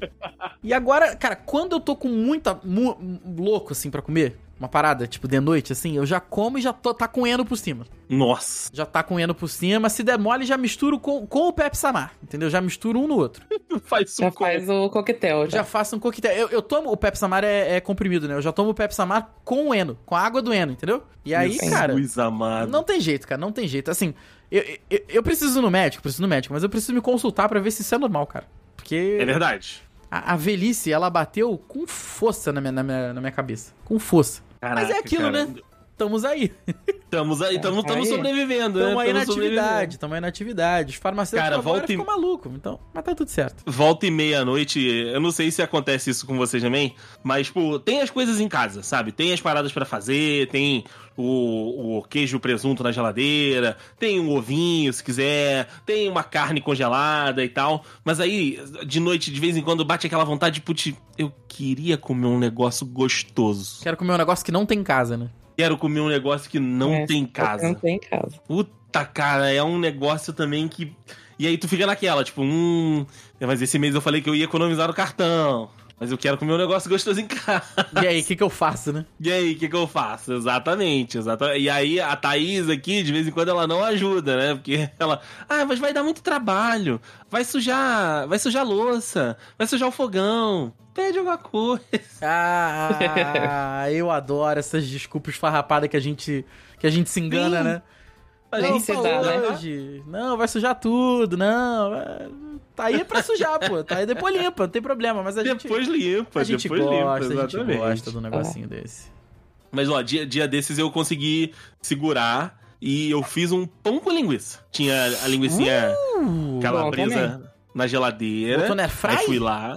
Speaker 1: E agora, cara, quando eu tô com muita. mu- louco, assim, pra comer, uma parada, tipo, de noite, assim, eu já como e já tô, tá comendo por cima
Speaker 2: Nossa.
Speaker 1: já tá com eno por cima. Se der mole, já misturo com, com o Pep Samar, entendeu? Já misturo um no outro.
Speaker 2: Tu faz
Speaker 3: Já
Speaker 2: suco.
Speaker 3: faz o coquetel.
Speaker 1: Já
Speaker 3: Já.
Speaker 1: faço um coquetel. Eu, eu tomo, o Pep Samar é, é comprimido, né? Eu já tomo o Pep Samar com o eno, com a água do eno, entendeu? E aí,
Speaker 3: Sim.
Speaker 1: cara,
Speaker 2: Jesus amado.
Speaker 1: não tem jeito, cara, não tem jeito. Assim, eu, eu, eu preciso ir no médico, preciso ir no médico, mas eu preciso me consultar pra ver se isso é normal, cara.
Speaker 2: É
Speaker 1: Porque
Speaker 2: verdade.
Speaker 1: a, a velhice, ela bateu com força na minha, na minha, na minha cabeça. Com força. mas é
Speaker 2: Caraca,
Speaker 1: aquilo,
Speaker 2: cara.
Speaker 1: né? Estamos aí.
Speaker 2: Estamos aí, estamos
Speaker 3: Aí.
Speaker 2: sobrevivendo, né?
Speaker 1: Estamos Tá aí na
Speaker 2: Tamo sobrevivendo.
Speaker 1: atividade, estamos aí na atividade. Os farmacêuticos
Speaker 2: Cara,
Speaker 1: agora
Speaker 2: volta e-
Speaker 1: ficam malucos, então, mas tá tudo certo.
Speaker 2: volta e meia à noite, eu não sei se acontece isso com vocês também, mas, pô, tem as coisas em casa, sabe? Tem as paradas pra fazer, tem o, o queijo e o presunto na geladeira, tem um ovinho, se quiser, tem uma carne congelada e tal. Mas aí, de noite, de vez em quando, bate aquela vontade, putz, eu queria comer um negócio gostoso.
Speaker 1: Quero comer um negócio que não tem em casa, né?
Speaker 2: Quero comer um negócio que não
Speaker 3: É,
Speaker 2: tem em casa.
Speaker 3: Não tem em casa.
Speaker 2: Puta, cara, é um negócio também né, que. E aí tu fica naquela, tipo, hum. Mas esse mês eu falei que eu ia economizar no cartão. Mas eu quero comer um negócio gostoso em casa.
Speaker 1: E aí, o que, que eu faço, né?
Speaker 2: E aí, o que, que eu faço? Exatamente, exatamente. E aí, a Thaís aqui, de vez em quando, ela não ajuda, né? Porque ela. Ah, mas vai dar muito trabalho. Vai sujar. Vai sujar a louça. Vai sujar o fogão. Pede alguma coisa.
Speaker 1: Ah, eu adoro essas desculpas farrapadas que a gente, que a gente se engana,
Speaker 2: Sim.
Speaker 1: né?
Speaker 2: A
Speaker 3: Nem
Speaker 1: Não,
Speaker 2: gente
Speaker 3: se
Speaker 1: pra
Speaker 3: dá, né?
Speaker 1: hoje. Não, vai sujar tudo, não. é, Tá aí é pra sujar, pô. Tá aí depois limpa, não tem problema. Mas a gente,
Speaker 2: depois limpa,
Speaker 1: a gente
Speaker 2: depois
Speaker 1: gosta,
Speaker 2: limpa.
Speaker 1: a gente
Speaker 2: Exatamente.
Speaker 1: gosta do negocinho desse.
Speaker 2: Mas ó, dia, dia desses eu consegui segurar e eu fiz um pão com linguiça. Tinha a linguiçinha
Speaker 1: Uh,
Speaker 2: calabresa na geladeira.
Speaker 1: Botou na air
Speaker 2: É, né? Aí
Speaker 1: é fry?
Speaker 2: fui lá.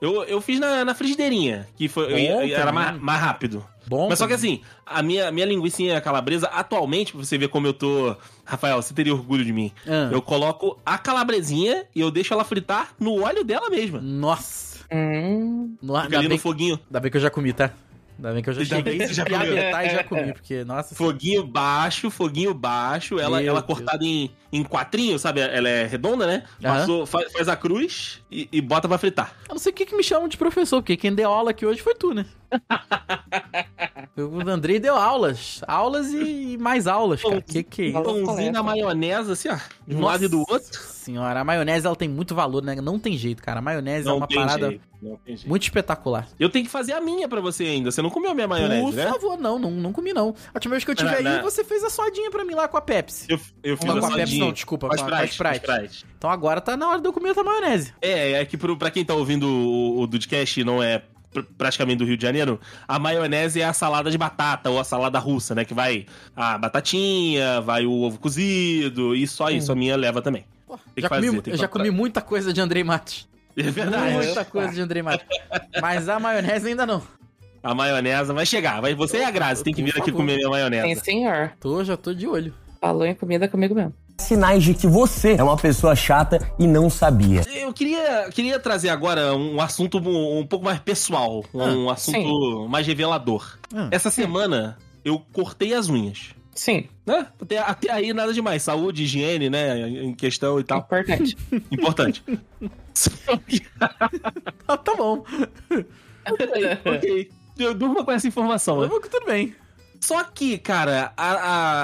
Speaker 2: Eu, eu fiz na, na frigideirinha, que foi, eu-
Speaker 1: Bom
Speaker 2: eu- era mais,
Speaker 1: também.
Speaker 2: mais rápido.
Speaker 1: Bom.
Speaker 2: Mas só que assim, a minha, minha linguiçinha calabresa, atualmente, pra você ver como eu tô. Rafael, você teria orgulho de mim.
Speaker 1: Ah.
Speaker 2: Eu coloco a calabresinha e eu deixo ela fritar no óleo dela mesma.
Speaker 1: Nossa.
Speaker 3: Hum.
Speaker 1: No,
Speaker 2: Fica
Speaker 1: ainda,
Speaker 2: ali
Speaker 1: bem,
Speaker 2: no foguinho.
Speaker 1: ainda bem que eu já comi, tá? Ainda bem que eu já
Speaker 2: Ainda
Speaker 1: cheguei
Speaker 2: bem que
Speaker 1: e
Speaker 2: você já
Speaker 1: a
Speaker 2: comeu.
Speaker 1: metade já comi, porque, nossa.
Speaker 2: Foguinho baixo, foguinho baixo. Ela,
Speaker 1: Meu
Speaker 2: ela
Speaker 1: Deus.
Speaker 2: cortada em, em quatrinho, sabe? Ela é redonda, né?
Speaker 1: Aham.
Speaker 2: Passou, faz, faz a cruz e, e bota pra fritar.
Speaker 1: Eu não sei o que, que me chamam de professor, porque quem deu aula aqui hoje foi tu, né? o Andrei deu aulas. Aulas e, e mais aulas, cara. Que que é isso?
Speaker 3: Fala
Speaker 2: Pãozinho
Speaker 3: correto.
Speaker 2: na maionese, assim, ó. De um
Speaker 1: Nossa
Speaker 2: lado e do outro.
Speaker 1: Senhora, a maionese ela tem muito valor, né? Não tem jeito, cara. A maionese é uma parada
Speaker 2: jeito, não tem jeito.
Speaker 1: muito espetacular.
Speaker 2: Eu tenho que fazer a minha pra você ainda. Você não comeu a minha maionese,
Speaker 1: Por
Speaker 2: né?
Speaker 1: favor, não, não, não comi não. A última vez que eu tive
Speaker 2: Não,
Speaker 1: aí,
Speaker 2: não.
Speaker 1: você fez a sodinha pra mim lá com a Pepsi.
Speaker 2: Eu, eu fiz
Speaker 1: Não,
Speaker 2: a
Speaker 1: com a Pepsi
Speaker 2: sodinha.
Speaker 1: não, desculpa,
Speaker 2: Com a
Speaker 1: com a- com a
Speaker 2: Sprite, com a Sprite.
Speaker 1: Então agora tá na hora de eu comer outra maionese.
Speaker 2: É, é que pro, pra quem tá ouvindo o, o Dudcast e não é pr- praticamente do Rio de Janeiro, a maionese é a salada de batata ou a salada russa, né? Que vai a batatinha, vai o ovo cozido e só isso. A minha leva também.
Speaker 1: Hum. Pô,
Speaker 2: que
Speaker 1: já
Speaker 2: fazer,
Speaker 1: comi,
Speaker 2: tem que
Speaker 1: eu já
Speaker 2: comprar.
Speaker 1: comi muita coisa de Andrei Matos.
Speaker 2: É verdade.
Speaker 1: Muita coisa de Andrei Matos. Mas a maionese ainda não.
Speaker 2: A maionese vai chegar. Vai, você e a Grazi tem que vir
Speaker 1: Por
Speaker 2: aqui
Speaker 1: favor.
Speaker 2: comer minha
Speaker 3: Sim,
Speaker 2: maionese.
Speaker 3: senhor.
Speaker 1: Tô, já tô de olho.
Speaker 3: Falou em comida comigo mesmo.
Speaker 4: Sinais de que você é uma pessoa chata e não sabia.
Speaker 2: Eu queria, queria trazer agora um assunto um, um pouco mais pessoal, um assunto mais revelador.
Speaker 1: Ah.
Speaker 2: Essa semana eu cortei as unhas.
Speaker 3: Sim,
Speaker 2: né? Até, até aí nada demais. Saúde, higiene, né? Em questão e tal.
Speaker 3: tá. importante.
Speaker 2: Importante. Só que-
Speaker 1: Ah, tá bom.
Speaker 2: ok. Eu durmo com essa informação, né?
Speaker 1: Vamos que tudo bem.
Speaker 2: Só que, cara, a-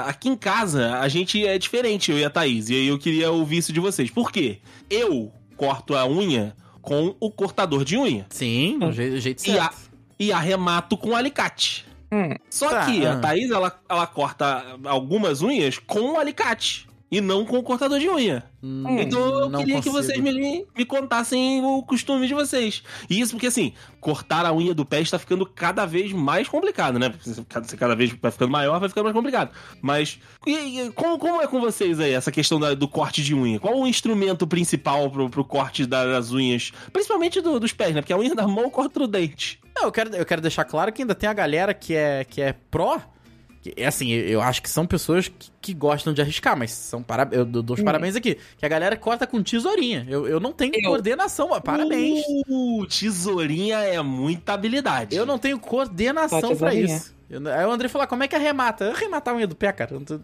Speaker 2: a- aqui em casa a gente é diferente, eu e a Thaís. E aí eu queria ouvir isso de vocês. Por quê? Eu corto a unha com o cortador de unha
Speaker 1: Sim,
Speaker 2: Hum.
Speaker 1: do jeito, do jeito
Speaker 2: e, a-
Speaker 1: certo.
Speaker 2: e arremato com alicate.
Speaker 3: Hum.
Speaker 2: Só
Speaker 1: Tá,
Speaker 2: que
Speaker 1: ah.
Speaker 2: a Thaís, ela, ela corta algumas unhas com o alicate e não com o cortador de unha.
Speaker 1: Hum,
Speaker 2: Então eu
Speaker 1: não
Speaker 2: queria que
Speaker 1: consigo.
Speaker 2: vocês me, me contassem o costume de vocês. E isso porque, assim, cortar a unha do pé está ficando cada vez mais complicado, né? Porque Você cada- você cada vez vai ficando maior, vai ficando mais complicado. Mas e- e como, como é com vocês aí essa questão da- do corte de unha? Qual o instrumento principal pro, pro corte da- das unhas? Principalmente do- dos pés, né? Porque a unha da mão corta o dente.
Speaker 1: Não, eu quero, eu quero deixar claro que ainda tem a galera que é, que é pró. que é assim, eu- eu acho que são pessoas que, que gostam de arriscar, mas são para, eu dou dou os
Speaker 3: Hum.
Speaker 1: parabéns aqui. Que a galera corta com tesourinha. Eu, eu não tenho
Speaker 3: Eu.
Speaker 1: coordenação, mas parabéns.
Speaker 2: Uh, tesourinha é muita habilidade.
Speaker 1: Eu não tenho coordenação
Speaker 3: Corta
Speaker 1: pra
Speaker 3: tesourinha.
Speaker 1: isso. Eu não- aí o André falou: como é que arremata? Eu arrematar a unha do pé, cara. eu não tô-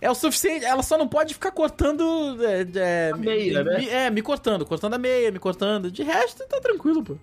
Speaker 1: é o suficiente. Ela só não pode ficar cortando. É, é,
Speaker 2: A meia, né?
Speaker 1: me- é, me cortando, cortando a meia, me cortando. De resto, tá tranquilo, pô.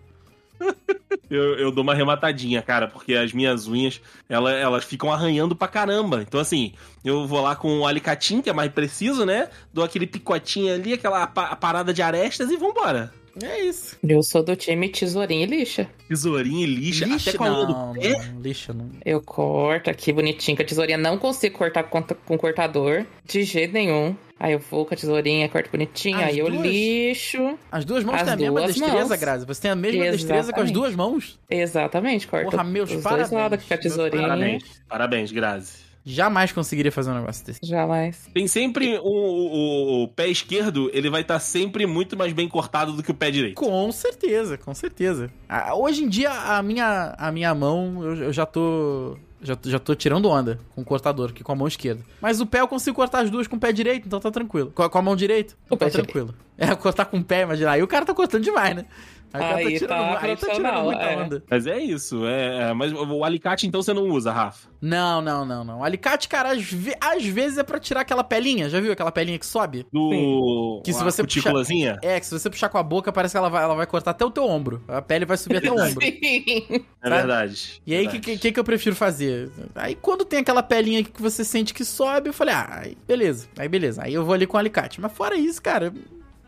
Speaker 2: Eu, eu dou uma arrematadinha, cara, porque as minhas unhas, ela- elas ficam arranhando pra caramba. Então, assim, eu vou lá com o alicatinho, que é mais preciso, né? Dou aquele picotinho ali, aquela pa- parada de arestas e vambora.
Speaker 1: É isso.
Speaker 3: Eu sou do time tesourinha e lixa.
Speaker 2: Tesourinho e lixa, até com a unha
Speaker 1: não,
Speaker 2: do pé.
Speaker 1: não, lixa não.
Speaker 3: Eu corto aqui bonitinho com a tesourinha. Não consigo cortar com, com cortador de jeito nenhum. Aí eu vou com a tesourinha, corto bonitinho.
Speaker 1: Ah, As
Speaker 3: aí eu
Speaker 1: duas?
Speaker 3: lixo.
Speaker 1: As duas mãos
Speaker 3: As
Speaker 1: têm a mesma
Speaker 3: duas
Speaker 1: destreza,
Speaker 3: mãos.
Speaker 1: Grazi. Você tem a mesma destreza com as
Speaker 3: Exatamente.
Speaker 1: duas mãos?
Speaker 3: Exatamente, corto.
Speaker 1: Porra, meus
Speaker 3: os
Speaker 1: parabéns.
Speaker 3: dois lados com a
Speaker 1: Meus
Speaker 3: tesourinha.
Speaker 2: Parabéns, parabéns, Grazi.
Speaker 1: Jamais conseguiria fazer um negócio desse.
Speaker 3: Jamais.
Speaker 2: Tem sempre um- o, o- o pé esquerdo, ele vai estar sempre muito mais bem cortado do que o pé direito.
Speaker 1: Com certeza, com certeza. Ah, hoje em dia, a minha, a minha mão, eu, eu já tô. Já, tô- já tô tirando onda com o cortador, que com a mão esquerda. Mas o pé eu consigo cortar as duas com o pé direito, então tá tranquilo. Com a, com a mão direita,
Speaker 3: O
Speaker 1: tá
Speaker 3: pé
Speaker 1: tranquilo. É, cortar com o pé, imagina. Aí o cara tá cortando demais, né? A Cata
Speaker 3: Aí
Speaker 1: tirando-
Speaker 3: tá
Speaker 1: a Cata tá tirando
Speaker 3: profissional,
Speaker 1: muita
Speaker 3: é.
Speaker 1: onda.
Speaker 2: Mas é isso. É, é, mas o alicate, então, você não usa, Rafa.
Speaker 1: Não, não, não, não. Alicate, cara, às, ve- às vezes é pra tirar aquela pelinha. Já viu aquela pelinha que sobe?
Speaker 2: Do.
Speaker 1: Que se
Speaker 2: a
Speaker 1: você puxar-
Speaker 2: cutículazinha?
Speaker 1: É, que se você puxar com a boca, parece que ela vai, ela vai cortar até o teu ombro. A pele vai subir até o ombro.
Speaker 3: Sim.
Speaker 2: É verdade.
Speaker 1: E aí, o
Speaker 2: Verdade.
Speaker 1: que, que, que eu prefiro fazer? Aí, quando tem aquela pelinha que você sente que sobe, eu falei, ah, aí, beleza. Aí, beleza. Aí eu vou ali com o alicate. Mas fora isso, cara,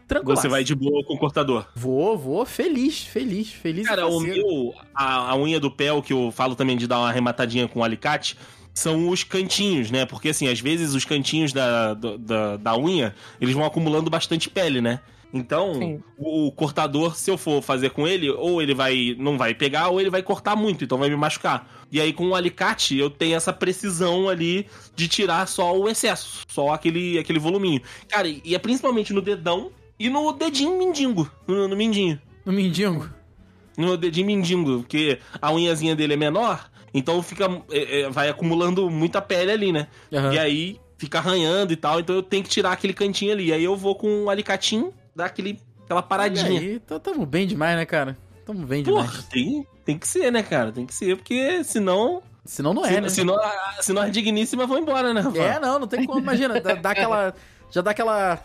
Speaker 1: tranquilo.
Speaker 2: Você vai de boa com o cortador.
Speaker 1: Vou, vou, feliz, feliz, feliz. e
Speaker 2: Cara, o
Speaker 1: faceiro.
Speaker 2: meu, a, a unha do pé, o que eu falo também de dar uma arrematadinha com o alicate, são os cantinhos, né? Porque, assim, às vezes os cantinhos da, do- da, da unha, eles vão acumulando bastante pele, né? Então,
Speaker 3: Sim.
Speaker 2: o, o cortador, se eu for fazer com ele, ou ele vai não vai pegar, ou ele vai cortar muito, então vai me machucar. E aí, com o alicate, eu tenho essa precisão ali de tirar só o excesso, só aquele, aquele voluminho. Cara, e e é principalmente no dedão e no dedinho mindingo, no- no mindinho
Speaker 1: No mendigo.
Speaker 2: no dedinho mindingo, porque a unhazinha dele é menor, então fica é, é, vai acumulando muita pele ali, né?
Speaker 1: Aham.
Speaker 2: E aí fica arranhando e tal, então eu tenho que tirar aquele cantinho ali. Aí eu vou com um alicatinho, dar aquele, aquela
Speaker 1: Olha
Speaker 2: paradinha.
Speaker 1: aí, tá- tamo bem demais, né, cara? Tamo bem demais.
Speaker 2: Porra, tem, tem que ser, né, cara? Tem que ser, porque senão.
Speaker 1: Senão não é,
Speaker 2: se-
Speaker 1: né?
Speaker 2: senão, a- senão as digníssimas vão embora, né, Rafa?
Speaker 1: É, não, não tem como. Imagina, dá, dá aquela. Já dá aquela.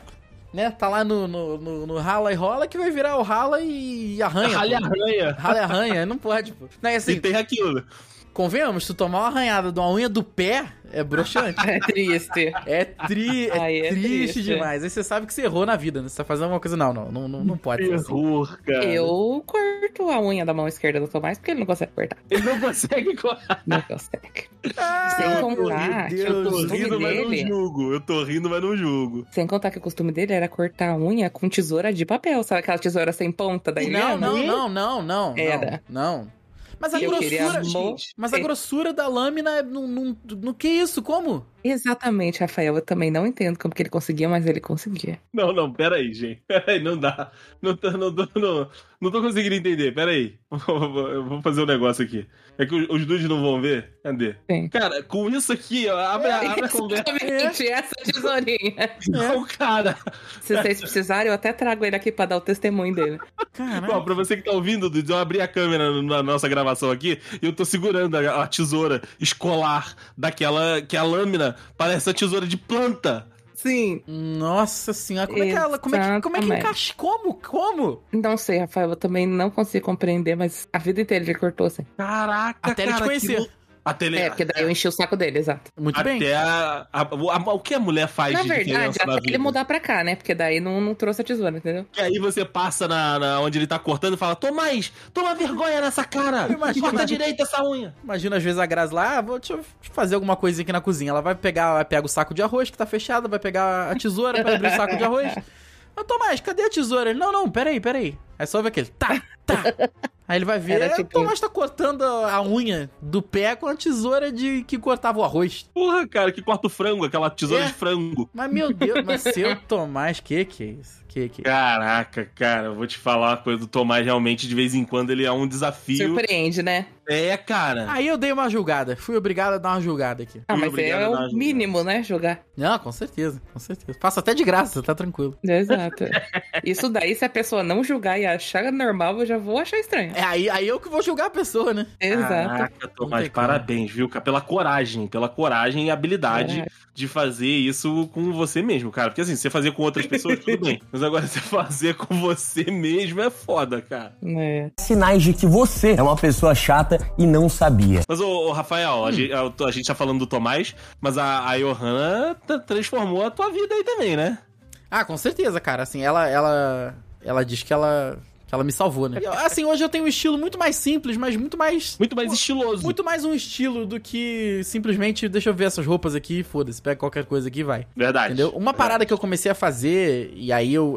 Speaker 1: Né, tá lá no, no, no- no rala e rola que vai virar o rala e arranha.
Speaker 2: Ralha
Speaker 1: pô.
Speaker 2: arranha.
Speaker 1: Rala e arranha, não pode, pô. Não, é assim,
Speaker 2: E tem aquilo.
Speaker 1: convenhamos, tu tomar uma arranhada de uma unha do pé é broxante.
Speaker 3: É triste.
Speaker 1: É, tri, é,
Speaker 3: Ai, é
Speaker 1: triste,
Speaker 3: triste.
Speaker 1: demais. Aí você sabe que você errou na vida, né? Você tá fazendo alguma coisa. Não, não, não, não, não pode. fazer assim.
Speaker 2: Terror, cara.
Speaker 3: Eu corto a unha da mão esquerda do Tomás, porque ele não consegue cortar.
Speaker 2: Ele não consegue cortar.
Speaker 3: Não consegue.
Speaker 1: Ah,
Speaker 3: Sem contar que o
Speaker 2: Eu tô rindo,
Speaker 3: costume
Speaker 2: mas não
Speaker 3: dele.
Speaker 2: julgo. Eu tô rindo, mas não julgo.
Speaker 3: Sem contar que o costume dele era cortar a unha com tesoura de papel. Sabe aquela tesoura sem ponta da
Speaker 1: não,
Speaker 3: Eliana?
Speaker 1: não, não, não, não.
Speaker 3: Tá Era.
Speaker 1: Não. não. Mas a
Speaker 3: Eu queria É.
Speaker 1: grossura.
Speaker 3: mo-
Speaker 1: Mas a grossura da lâmina é. No, no, que isso? Como?
Speaker 3: Exatamente, Rafael. Eu também não entendo como que ele conseguia, mas ele conseguia.
Speaker 2: Não, não, peraí, gente. Peraí, não dá. Não, tô- não, tô- não, não tô conseguindo entender. Peraí. Eu vou fazer um negócio aqui. É que os- os dudes não vão ver? Cadê?
Speaker 3: Sim.
Speaker 2: Cara, com isso aqui, ó, abre, a- abre a conversa
Speaker 3: Exatamente essa tesourinha.
Speaker 1: É.
Speaker 2: com o cara.
Speaker 3: Se vocês precisarem, eu até trago ele aqui pra dar o testemunho dele.
Speaker 2: Ó,
Speaker 1: Caralho.
Speaker 2: pra você que tá ouvindo, dudes, eu abri a câmera no- na nossa gravação aqui e eu tô segurando a, a tesoura escolar daquela que a lâmina parece a tesoura de planta.
Speaker 3: Sim.
Speaker 1: Nossa senhora, como é que ela. Como é que, como é que
Speaker 3: Exatamente.
Speaker 1: encaixa? Como? Como?
Speaker 3: Não sei, Rafael. Eu também não consigo compreender, mas a vida inteira ele cortou assim.
Speaker 2: Caraca,
Speaker 1: Até ele te
Speaker 2: cara. que
Speaker 1: conhecer.
Speaker 2: lou- Até ele-
Speaker 3: É, porque daí eu enchi o saco dele, exato.
Speaker 1: Muito
Speaker 2: Até
Speaker 1: bem.
Speaker 2: a- a- a- o que a mulher faz
Speaker 3: Na
Speaker 2: de
Speaker 3: verdade,
Speaker 2: diferença na
Speaker 3: até ele
Speaker 2: vida?
Speaker 3: mudar pra cá, né? Porque daí não, não trouxe a tesoura, entendeu?
Speaker 2: E aí você passa na, na- onde ele tá cortando e fala: Tomás, toma vergonha nessa cara!
Speaker 1: Eu imagino-
Speaker 2: Corta direito essa unha!
Speaker 1: Imagina, às vezes, a Grazi lá, ah, vou deixa eu fazer alguma coisa aqui na cozinha. Ela vai pegar, ela pega o saco de arroz que tá fechado, vai pegar a tesoura pra abrir o saco de arroz. Mas, Tomás, cadê a tesoura? Ele, não, não, peraí, peraí. Aí só vê aquele, tá, tá. Aí ele vai ver,
Speaker 3: Era tipo-
Speaker 1: o Tomás tá cortando a unha do pé com a tesoura de que cortava o arroz.
Speaker 2: Porra, cara, que corta o frango, aquela tesoura
Speaker 1: É.
Speaker 2: de frango.
Speaker 1: Mas, meu Deus, mas seu Tomás, que que é isso? Que que é isso?
Speaker 2: Caraca, cara, eu vou te falar uma coisa do Tomás, realmente, de vez em quando ele é um desafio.
Speaker 3: Surpreende, né?
Speaker 2: É, cara.
Speaker 1: Aí eu dei uma julgada, fui obrigado a dar uma julgada aqui.
Speaker 3: Ah,
Speaker 2: Fui
Speaker 3: mas
Speaker 2: obrigado
Speaker 3: é
Speaker 2: a dar uma
Speaker 3: o
Speaker 2: ajuda.
Speaker 3: mínimo, né? Jogar.
Speaker 1: Não, com certeza, com certeza. Faço até de graça, tá tranquilo.
Speaker 3: Exato. Isso daí, se a pessoa não julgar e achar normal, eu já vou achar estranho.
Speaker 1: É aí, aí eu que vou julgar a pessoa, né?
Speaker 3: Exato.
Speaker 2: Caraca,
Speaker 1: Não
Speaker 2: Tomás,
Speaker 1: tem como.
Speaker 2: parabéns, viu, cara? Pela coragem, pela coragem e habilidade
Speaker 3: Coragem.
Speaker 2: de fazer isso com você mesmo, cara. Porque assim, você fazer com outras pessoas, tudo bem. Mas agora você fazer com você mesmo é foda, cara.
Speaker 3: É.
Speaker 4: Sinais de que você é uma pessoa chata e não sabia.
Speaker 2: Mas, ô, ô, Rafael,
Speaker 1: Hum.
Speaker 2: a, gente, a- a gente tá falando do Tomás, mas a, a Johanna t- transformou a tua vida aí também, né?
Speaker 1: Ah, com certeza, cara. Assim, ela ela ela diz que ela que ela me salvou, né? Assim, hoje eu tenho um estilo muito mais simples, mas muito mais
Speaker 2: Muito mais estiloso.
Speaker 1: muito mais um estilo do que simplesmente deixa eu ver essas roupas aqui, foda-se, pega qualquer coisa aqui e vai.
Speaker 2: Verdade.
Speaker 1: Entendeu? Uma parada que eu comecei a fazer e aí eu